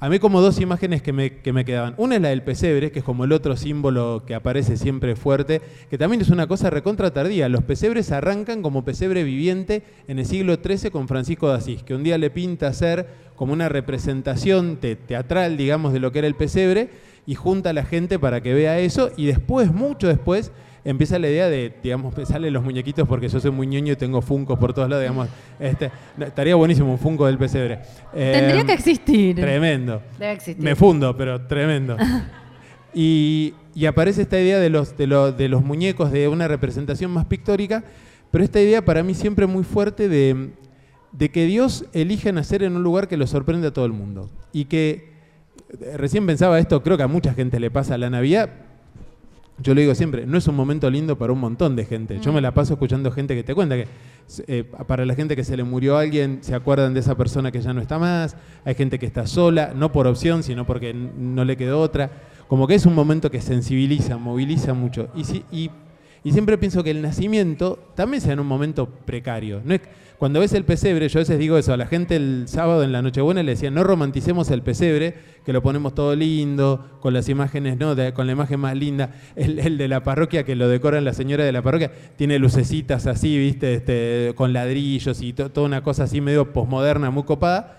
a mí como dos imágenes que me, que me quedaban. Una es la del pesebre, que es como el otro símbolo que aparece siempre fuerte, que también es una cosa recontra tardía. Los pesebres arrancan como pesebre viviente en el siglo XIII con Francisco de Asís, que un día le pinta ser como una representación te- teatral, digamos, de lo que era el pesebre, y junta a la gente para que vea eso, y después, mucho después, empieza la idea de, digamos, me salen los muñequitos porque yo soy muy ñoño y tengo funcos por todos lados, digamos. Este, no, estaría buenísimo un funco del pesebre. Eh, Tendría que existir. Tremendo. Debe existir. Me fundo, pero tremendo. Y, y aparece esta idea de los, de, lo- de los muñecos, de una representación más pictórica, pero esta idea para mí siempre muy fuerte de, de que Dios elige nacer en un lugar que lo sorprende a todo el mundo. Y que, eh, recién pensaba esto, creo que a mucha gente le pasa la Navidad, yo lo digo siempre, no es un momento lindo para un montón de gente. Yo me la paso escuchando gente que te cuenta que eh, para la gente que se le murió alguien, se acuerdan de esa persona que ya no está más, hay gente que está sola, no por opción, sino porque n- no le quedó otra. Como que es un momento que sensibiliza, moviliza mucho. Y, si- y, y siempre pienso que el nacimiento también sea en un momento precario. No es- cuando ves el pesebre, yo a veces digo eso, a la gente el sábado en la Nochebuena le decían, no romanticemos el pesebre, que lo ponemos todo lindo, con las imágenes, ¿no? De- con la imagen más linda. El, el de la parroquia, que lo decoran la señora de la parroquia, tiene lucecitas así, ¿viste? Este, con ladrillos y to- toda una cosa así medio posmoderna, muy copada.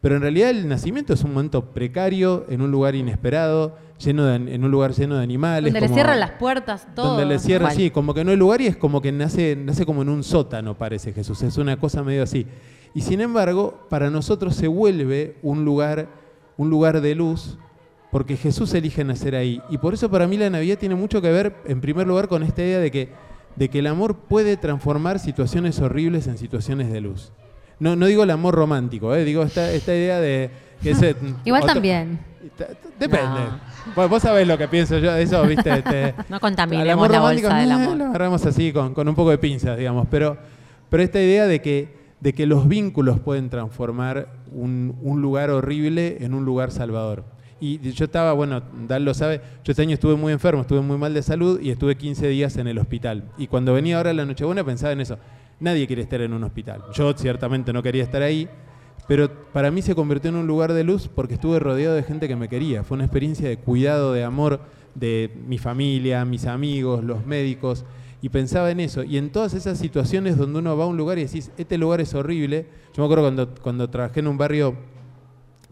Pero en realidad el nacimiento es un momento precario, en un lugar inesperado, lleno de, en un lugar lleno de animales. Donde le como- cierran las puertas todo. donde le cierra, Mal. sí, como que no hay lugar y es como que nace, nace como en un sótano, parece Jesús. Es una cosa medio así. Y sin embargo, para nosotros se vuelve un lugar, un lugar de luz, porque Jesús elige nacer ahí. Y por eso para mí la Navidad tiene mucho que ver, en primer lugar, con esta idea de que, de que el amor puede transformar situaciones horribles en situaciones de luz. No, no digo el amor romántico, ¿eh? digo esta, esta idea de... Que se- Igual otro- también. Ta- ta- Depende. Vos, vos sabés lo que pienso yo de eso, ¿viste? Te- <laughs> No al contaminemos amor la romántico bolsa del eh, amor. lo agarramos así con, con un poco de pinzas, digamos. Pero, pero esta idea de que, de que los vínculos pueden transformar un, un lugar horrible en un lugar salvador. Y yo estaba, bueno, Dan lo sabe, yo este año estuve muy enfermo, estuve muy mal de salud y estuve 15 días en el hospital. Y cuando venía ahora la Nochebuena pensaba en eso. Nadie quiere estar en un hospital. Yo ciertamente no quería estar ahí, pero para mí se convirtió en un lugar de luz porque estuve rodeado de gente que me quería. Fue una experiencia de cuidado, de amor de mi familia, mis amigos, los médicos. Y pensaba en eso. Y en todas esas situaciones donde uno va a un lugar y decís, este lugar es horrible. Yo me acuerdo cuando, cuando trabajé en un barrio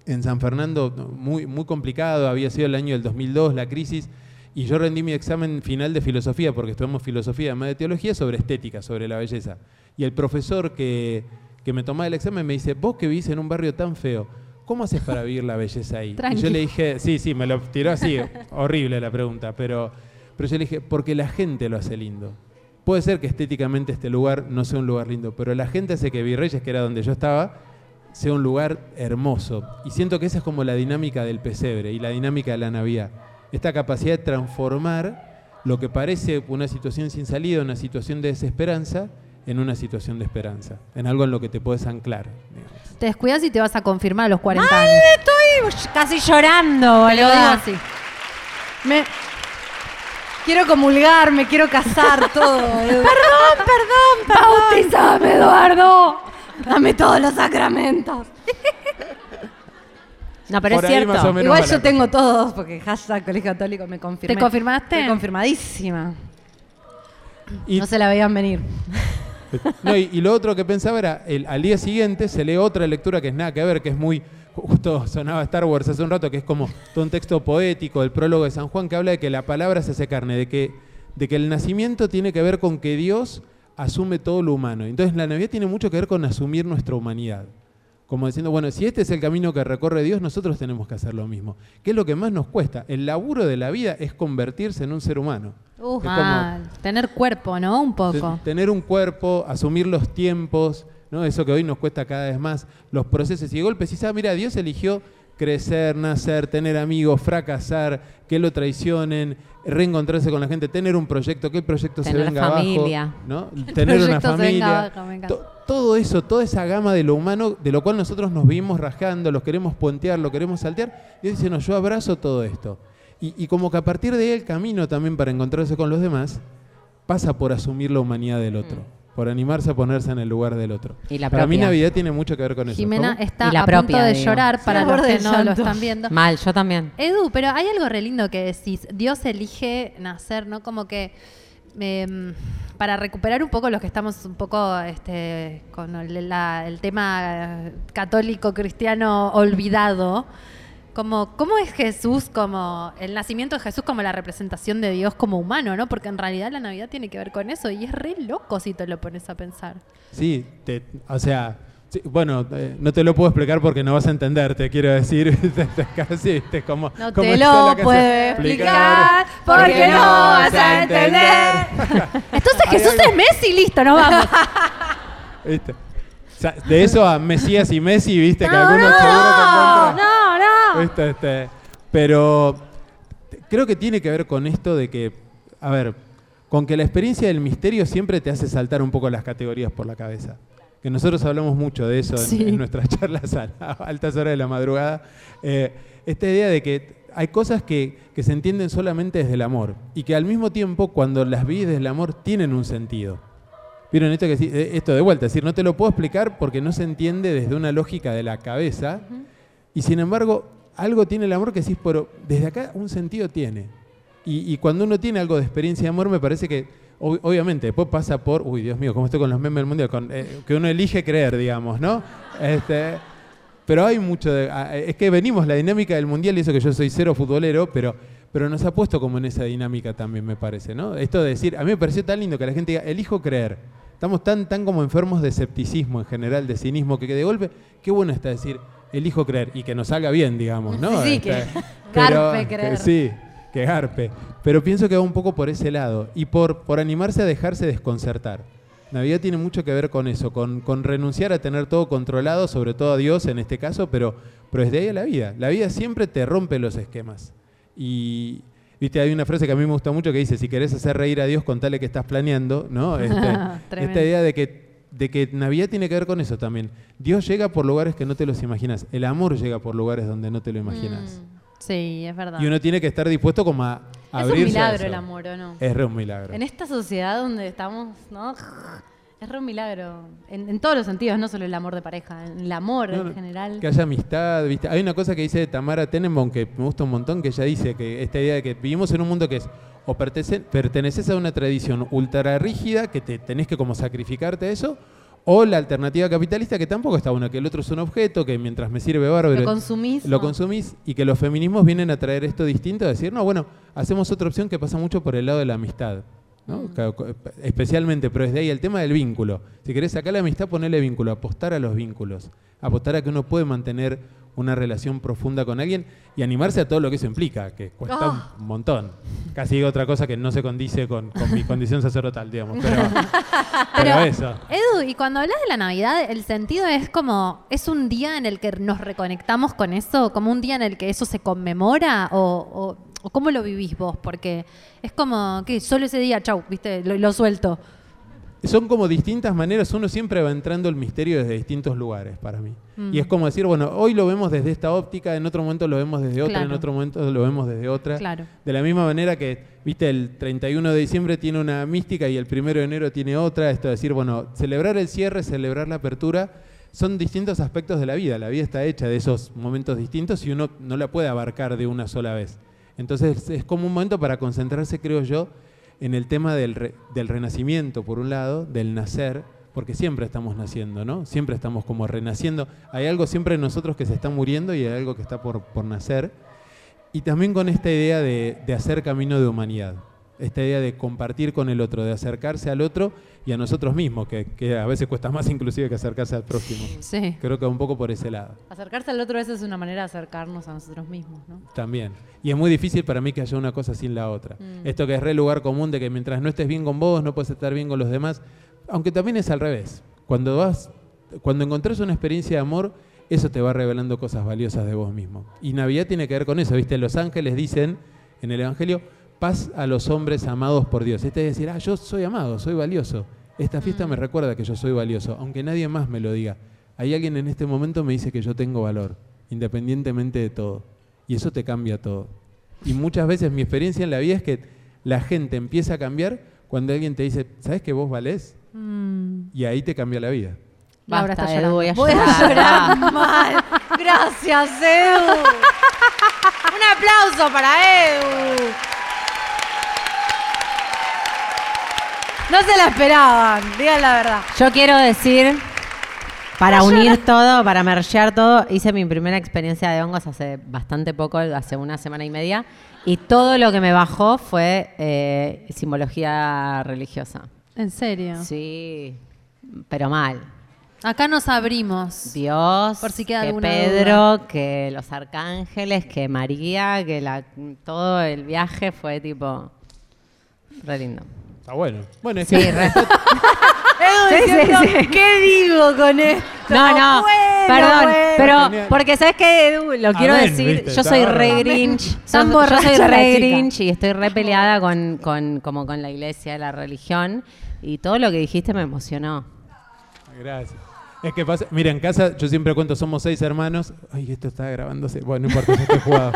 en San Fernando muy, muy complicado, había sido el año del 2002, la crisis, y yo rendí mi examen final de filosofía, porque estudiamos filosofía, además de teología, sobre estética, sobre la belleza. Y el profesor que, que me tomaba el examen me dice, vos que vivís en un barrio tan feo, ¿cómo haces para vivir la belleza ahí? Y yo Tranqui. le dije, sí, sí, me lo tiró así, horrible la pregunta, pero, pero yo le dije, porque la gente lo hace lindo. Puede ser que estéticamente este lugar no sea un lugar lindo, pero la gente hace que Virreyes, que era donde yo estaba, sea un lugar hermoso. Y siento que esa es como la dinámica del pesebre y la dinámica de la Navidad. Esta capacidad de transformar lo que parece una situación sin salida, una situación de desesperanza, en una situación de esperanza, en algo en lo que te puedes anclar. digamos. Te descuidas y te vas a confirmar a los 40 años. Ah, Estoy casi llorando, Te lo digo boluda. así. Me... Quiero comulgar, me quiero <laughs> casar, todo. ¡Bautizame, Eduardo! Dame todos los sacramentos. Ah, No, pero Por es ahí más o cierto. menos Igual va yo la tengo todos, porque hashtag Colegio Católico me confirmé. ¿Te confirmaste? Estoy confirmadísima. cosa. Y, No se la veían venir. <laughs> no, y- y lo otro que pensaba era, el- al día siguiente se lee otra lectura que es nada que ver, que es muy, justo sonaba Star Wars hace un rato, que es como todo un texto poético, el prólogo de San Juan, que habla de que la palabra se hace carne, de que, de que el nacimiento tiene que ver con que Dios asume todo lo humano. Entonces la Navidad tiene mucho que ver con asumir nuestra humanidad. Como diciendo, bueno, si este es el camino que recorre Dios, nosotros tenemos que hacer lo mismo. ¿Qué es lo que más nos cuesta? El laburo de la vida es convertirse en un ser humano. Uh, Es como- ah, mal. Tener cuerpo, ¿no? Un poco. Ten- Tener un cuerpo, asumir los tiempos, ¿no? Eso que hoy nos cuesta cada vez más, los procesos y de golpe si ah, mira, Dios eligió crecer, nacer, tener amigos, fracasar, que lo traicionen, reencontrarse con la gente, tener un proyecto, que el proyecto se Tener venga familia. abajo, <laughs> ¿no? Tener proyecto una se venga familia. abajo, me encanta. To- todo eso, toda esa gama de lo humano, de lo cual nosotros nos vivimos rasgando, los queremos puentear, lo queremos saltear, Dios dice, no, yo abrazo todo esto. Y, y como que a partir de ahí el camino también para encontrarse con los demás pasa por asumir la humanidad Mm. del otro, por animarse a ponerse en el lugar del otro. Y la para mí propia. Navidad tiene mucho que ver con eso. Jimena ¿Cómo? está Y la a propia, punto de digo. llorar para Sí, los borde que del no lo llanto. están viendo. Mal, yo también. Edu, pero hay algo re lindo que decís. Dios elige nacer, ¿no? Como que eh, para recuperar un poco los que estamos un poco este, con el, la- el tema eh, católico cristiano olvidado. Como, ¿Cómo es Jesús como el nacimiento de Jesús como la representación de Dios como humano, ¿no? Porque en realidad la Navidad tiene que ver con eso y es re loco si te lo pones a pensar. Sí, te- o sea, sí, bueno, eh, no te lo puedo explicar porque no vas a entender, te quiero decir, <laughs> casi, te- como... No como te está la lo canción. puedo explicar porque no vas a entender. Entonces Jesús es Messi, listo, nos vamos. <laughs> ¿Viste? O sea, de eso a Mesías y <laughs> Messi, viste que No, algunos seguro te no, encuentran. no, no. Este, este, pero t- creo que tiene que ver con esto de que, a ver, con que la experiencia del misterio siempre te hace saltar un poco las categorías por la cabeza. Que nosotros hablamos mucho de eso en, en nuestras <laughs> charlas a, a altas horas de la madrugada. Eh, esta idea de que hay cosas que, que se entienden solamente desde el amor y que al mismo tiempo cuando las vi desde el amor tienen un sentido. Vieron esto que sí- eh, esto de vuelta, es decir, no te lo puedo explicar porque no se entiende desde una lógica de la cabeza. Y sin embargo, algo tiene el amor que decís, pero desde acá un sentido tiene. Y, y cuando uno tiene algo de experiencia de amor, me parece que, ob- obviamente, después pasa por, uy, Dios mío, cómo estoy con los memes del mundial, con, eh, que uno elige creer, digamos, ¿no? Este, pero hay mucho de, a- eh, es que venimos, la dinámica del mundial, y eso que yo soy cero futbolero, pero, pero nos ha puesto como en esa dinámica también, me parece, ¿no? Esto de decir, a mí me pareció tan lindo que la gente diga, elijo creer. Estamos tan, tan como enfermos de escepticismo en general, de cinismo, que de golpe, qué bueno está decir, elijo creer, y que nos salga bien, digamos, ¿no? Sí, Este, que- Pero- garpe que- creer. sí, que garpe. Pero pienso que va un poco por ese lado y por, por animarse a dejarse desconcertar. Navidad tiene mucho que ver con eso, con, con renunciar a tener todo controlado, sobre todo a Dios en este caso, pero, pero desde ahí a la vida. La vida siempre te rompe los esquemas. Y, viste, hay una frase que a mí me gusta mucho que dice, si querés hacer reír a Dios, contale que estás planeando, ¿no? Este, Tremendo. esta idea de que, de que Navidad tiene que ver con eso también. Dios llega por lugares que no te los imaginas. El amor llega por lugares donde no te lo imaginas. Mm. Mm, Sí, es verdad. Y uno tiene que estar dispuesto como a es un abrirse a milagro eso. el amor, ¿o no? Es re un milagro. En esta sociedad donde estamos, ¿no? Es re un milagro. En, en todos los sentidos, no solo el amor de pareja, en el amor No, en no, general. Que haya amistad, ¿viste? Hay una cosa que dice Tamara Tenenbaum que me gusta un montón, que ella dice que esta idea de que vivimos en un mundo que es o pertece- perteneces a una tradición ultra rígida, que te tenés que como sacrificarte a eso, o la alternativa capitalista, que tampoco está una, que el otro es un objeto, que mientras me sirve bárbaro, Lo consumís. lo ah. consumís y que los feminismos vienen a traer esto distinto, a decir, no, bueno, hacemos otra opción que pasa mucho por el lado de la amistad. ¿no? Mm. Ca- co- Especialmente, pero desde ahí el tema del vínculo. Si querés sacar la amistad, ponele vínculo, apostar a los vínculos, apostar a que uno puede mantener una relación profunda con alguien y animarse a todo lo que eso implica, que cuesta Ah. un montón. Casi digo otra cosa que no se condice con, <laughs> con mi condición sacerdotal, digamos, pero, pero eso. Edu, y cuando hablas de la Navidad, el sentido es como, ¿es un día en el que nos reconectamos con eso? ¿Como un día en el que eso se conmemora? ¿O, o- o cómo lo vivís vos? Porque es como que solo ese día, chau, viste, lo, lo suelto. Son como distintas maneras, uno siempre va entrando el misterio desde distintos lugares para mí. Y es como decir, bueno, hoy lo vemos desde esta óptica, en otro momento lo vemos desde otra, en Claro. otro momento lo vemos desde otra. Claro. De la misma manera que, viste, el 31 de diciembre tiene una mística y el 1 de enero tiene otra, esto de decir, bueno, celebrar el cierre, celebrar la apertura, son distintos aspectos de la vida. La vida está hecha de esos momentos distintos y uno no la puede abarcar de una sola vez. Entonces es como un momento para concentrarse, creo yo, en el tema del, re- del renacimiento, por un lado, del nacer, porque siempre estamos naciendo, ¿no? Siempre estamos como renaciendo. Hay algo siempre en nosotros que se está muriendo y hay algo que está por, por nacer. Y también con esta idea de, de hacer camino de humanidad, esta idea de compartir con el otro, de acercarse al otro y a nosotros mismos, que, que a veces cuesta más inclusive que acercarse al prójimo. Sí. Creo que un poco por ese lado Acercarse al otro es una manera de acercarnos a nosotros mismos, ¿no? también. Y es muy difícil para mí que haya una cosa sin la otra. Esto que es re lugar común de que mientras no estés bien con vos, no puedes estar bien con los demás, aunque también es al revés. Cuando vas cuando encontrás una experiencia de amor, eso te va revelando cosas valiosas de vos mismo. Y Navidad tiene que ver con eso, ¿viste? Los ángeles dicen en el Evangelio, paz a los hombres amados por Dios. Este es decir, ah, yo soy amado, soy valioso. Esta fiesta me recuerda que yo soy valioso, aunque nadie más me lo diga. Hay alguien en este momento me dice que yo tengo valor, independientemente de todo. Y eso te cambia todo. Y muchas veces mi experiencia en la vida es que la gente empieza a cambiar cuando alguien te dice, ¿sabes que vos valés? Mm. Y ahí te cambia la vida. Laura Basta, está Edu, llorando. voy a Voy a llorar. mal. Gracias, Edu. Un aplauso para Edu. No se la esperaban, digan la verdad. <laughs> Yo quiero decir, para unir todo, para mergear todo, hice mi primera experiencia de hongos hace bastante poco, hace una semana y media, y todo lo que me bajó fue eh, simbología religiosa. En serio. Sí, pero mal. Acá nos abrimos. Dios, Por si queda que alguna Pedro, que los arcángeles, que María, que la, todo el viaje fue tipo re lindo. Está bueno. Bueno, es Sí, <laughs> que re. Edu Sí, sí, diciendo, sí. ¿qué digo con esto? No, no, Bueno, perdón, bueno. pero porque sabes que Edu, lo quiero Amén, decir, viste, yo soy está re bárbaro. grinch, Tan yo, yo soy borracha la re chica. grinch y estoy re peleada con, con- como con la iglesia, la religión y todo lo que dijiste me emocionó. <laughs> Gracias. Es que pasa, mira, en casa yo siempre cuento, somos seis hermanos. Ay, esto está grabándose. Bueno, no importa, yo estoy jugado.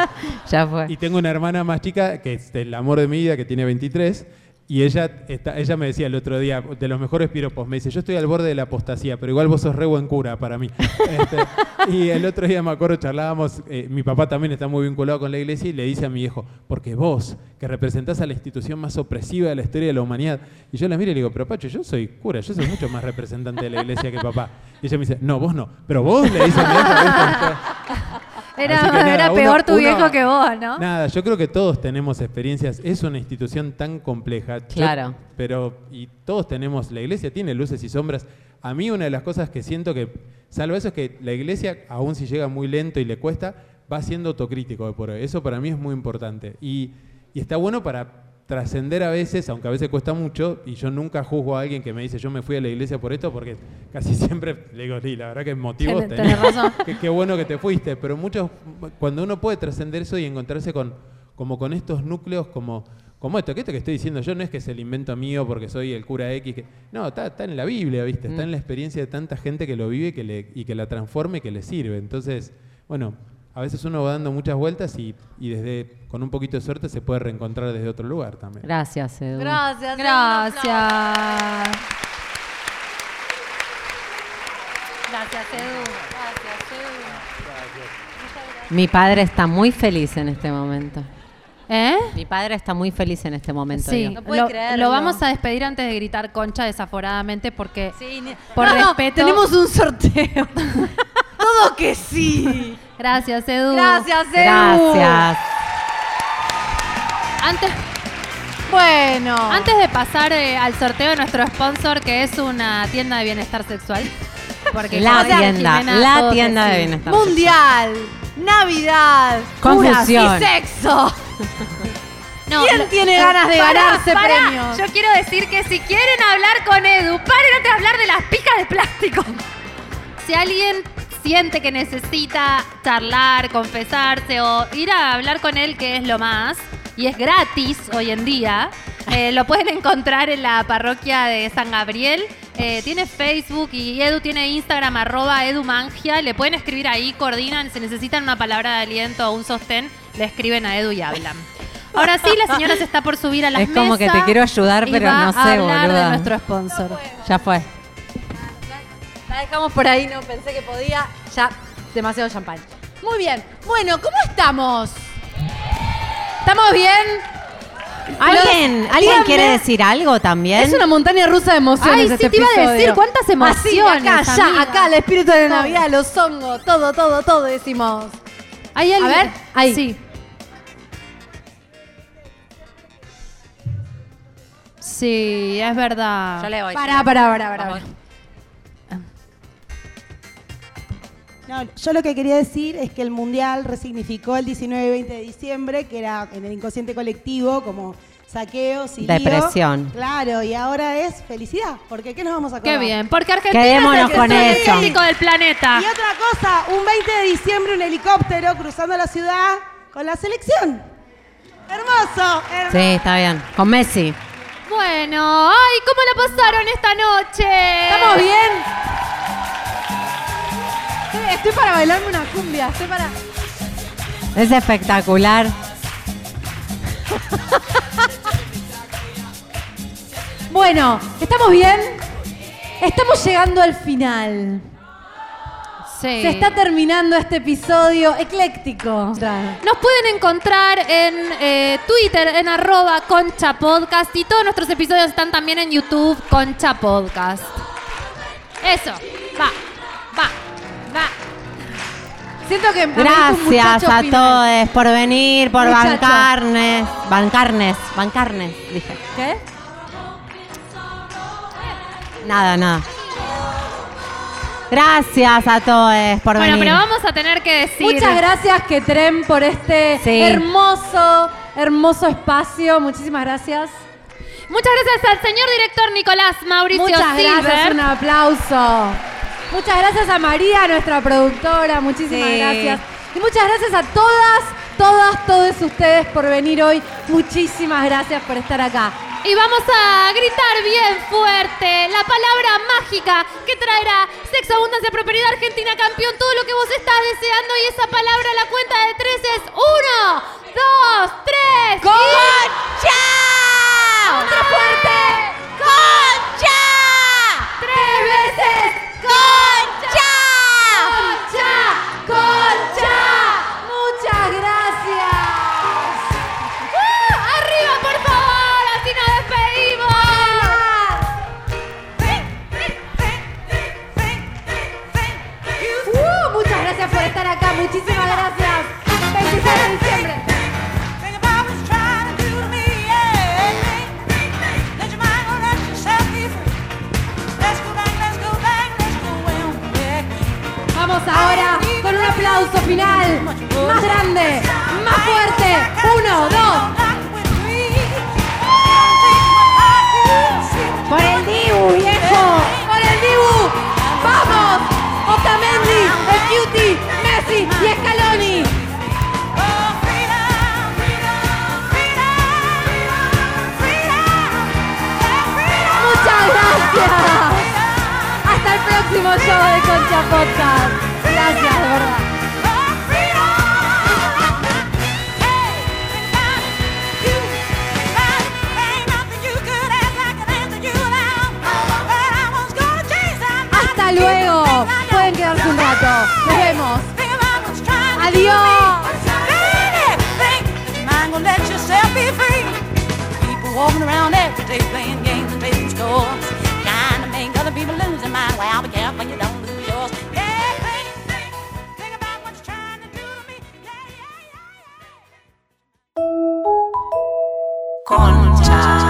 Ya fue. Y tengo una hermana más chica, que es el amor de mi vida, que tiene 23. Y ella, está, ella me decía el otro día, de los mejores piropos, me dice, yo estoy al borde de la apostasía, pero igual vos sos re buen cura para mí. <laughs> Este, y el otro día me acuerdo, charlábamos, eh, mi papá también está muy vinculado con la iglesia y le dice a mi hijo, porque vos, que representás a la institución más opresiva de la historia de la humanidad, y yo la miro y le digo, pero Pacho, yo soy cura, yo soy mucho más representante de la iglesia que papá. Y ella me dice, no, vos no, pero vos le dice a mi hijo, ¿viste? Era, Así que nada, era uno- peor tu uno- viejo que vos, ¿no? Nada, yo creo que todos tenemos experiencias. Es una institución tan compleja. Yo- Claro. pero, y todos tenemos, la iglesia tiene luces y sombras. A mí una de las cosas que siento que, salvo eso, es que la iglesia, aun si llega muy lento y le cuesta, va siendo autocrítico hoy por hoy. Eso para mí es muy importante. Y, y está bueno para trascender a veces, aunque a veces cuesta mucho, y yo nunca juzgo a alguien que me dice yo me fui a la iglesia por esto, porque casi <laughs> siempre le digo, sí, la verdad que motivos Tenés tenés. razón. <laughs> qué, qué bueno que te fuiste, pero muchos, cuando uno puede trascender eso y encontrarse con, como con estos núcleos como, como esto, que esto que estoy diciendo yo no es que es el invento mío porque soy el cura X, que, no, está, está en la Biblia, ¿viste? Está en la experiencia de tanta gente que lo vive y que, le, y que la transforma y que le sirve. Entonces, bueno, a veces uno va dando muchas vueltas y, y desde, con un poquito de suerte se puede reencontrar desde otro lugar también. Gracias, Edu. Gracias. Gracias. Gracias, Edu. Gracias, Edu. Mi padre está muy feliz en este momento. ¿Eh? Mi padre está muy feliz en este momento. Sí, digo. lo, lo vamos a despedir antes de gritar concha desaforadamente porque por No, no, respeto. tenemos un sorteo. <laughs> Todo que sí. Gracias, Edu. Gracias, Edu. Gracias. Antes, Bueno. antes de pasar eh, al sorteo de nuestro sponsor, que es una tienda de bienestar <laughs> sexual. Porque La como dice tienda, Jimena, la todo que tienda de sí. bienestar. Mundial. Navidad. curas Confusión. y sexo. No, ¿Quién lo- eh, tiene ganas de Pará, ganarse pará. premios? Yo quiero decir que si quieren hablar con Edu, paren antes de hablar de las pijas <laughs> de plástico. Si alguien siente que necesita charlar, confesarse o ir a hablar con él, que es lo más, y es gratis hoy en día, <laughs> eh, lo pueden encontrar en la parroquia de San Gabriel. Eh, tiene Facebook y Edu tiene Instagram, arroba edumangia. Le pueden escribir ahí, coordinan, si necesitan una palabra de aliento o un sostén, le escriben a Edu y hablan. Ahora sí, la señora se está por subir a las Es como que mesas te quiero ayudar, y pero va no sé, a hablar de boluda. nuestro sponsor. Ya fue. La dejamos por ahí, no pensé que podía. Ya, demasiado champán. Muy bien. Bueno, ¿cómo estamos? ¿Estamos bien? ¿Alguien, Los- ¿alguien díganme- quiere decir algo también? Es una montaña rusa de emociones. Ay, sí, este te iba a episodio. decir, cuántas emociones, Así, acá, ya, amiga. acá, el espíritu de Todo. Navidad, los hongos, todo, todo, todo decimos. ¿Hay alguien? ver, ahí. Sí. Sí, es verdad. le voy. Pará, pará, pará, pará. pará. No, yo lo que quería decir es que el Mundial resignificó el 19 y 20 de diciembre, que era en el inconsciente colectivo, como saqueos y lío. Depresión. Claro, y ahora es felicidad, porque ¿qué nos vamos a Qué acordar? bien, porque Argentina Quedémonos es el con tercer eso. económico del planeta. Y otra cosa, un 20 de diciembre un helicóptero cruzando la ciudad con la selección. Hermoso, hermoso. Sí, está bien. Con Messi. Bueno, ay, ¿cómo la pasaron esta noche? ¿Estamos bien? Estoy- Estoy para bailarme una cumbia, estoy para... Es espectacular. Bueno, ¿estamos bien? Estamos llegando al final. Sí. Se está terminando este episodio ecléctico. Nos pueden encontrar en eh, Twitter, en arroba concha podcast. Y todos nuestros episodios están también en YouTube, concha podcast. Eso, va, va, va. Siento que Gracias a todos. todos por venir, por Muchacho. bancarnes. Bancarnes, bancarnes, dije. ¿Qué? Nada, nada. Gracias a todos por Bueno, venir. pero vamos a tener que decir. Muchas gracias, Ketren, por este Sí. hermoso, hermoso espacio. Muchísimas gracias. Muchas gracias al señor director Nicolás Mauricio Muchas Silver. gracias, un aplauso. Muchas gracias a María, nuestra productora. Muchísimas Sí. gracias. Y muchas gracias a todas, todas, todos ustedes por venir hoy. Muchísimas gracias por estar acá. Y vamos a gritar bien fuerte la palabra mágica que traerá sexo, abundancia, prosperidad, Argentina campeón, todo lo que vos estás deseando y esa palabra a la cuenta de tres es uno, dos, tres. ¡Concha! ¡Otra fuerte! ¡Concha! ¡Tres veces! ¡Concha! ¡Concha! ¡Concha! Muchas gracias. ¡Ah! ¡Arriba, por favor! ¡Así nos despedimos! Uh, muchas gracias por estar acá. Muchísimas gracias. 26 de diciembre. Uno, dos. Por el Dibu, viejo. Por el Dibu. Vamos. Otamendi, el Cutie, Messi y Scaloni. Muchas gracias. Hasta el próximo show de Concha Podcast. Gracias, de verdad. Hasta luego. Pueden quedarse un rato. Nos vemos. Adiós. people walking around every day playing games and making scores. Trying to make other people lose their mind. Well, be careful you don't lose yours. Yeah, think, think, think about what you're trying to do to me. Yeah, yeah, yeah, yeah. Concha.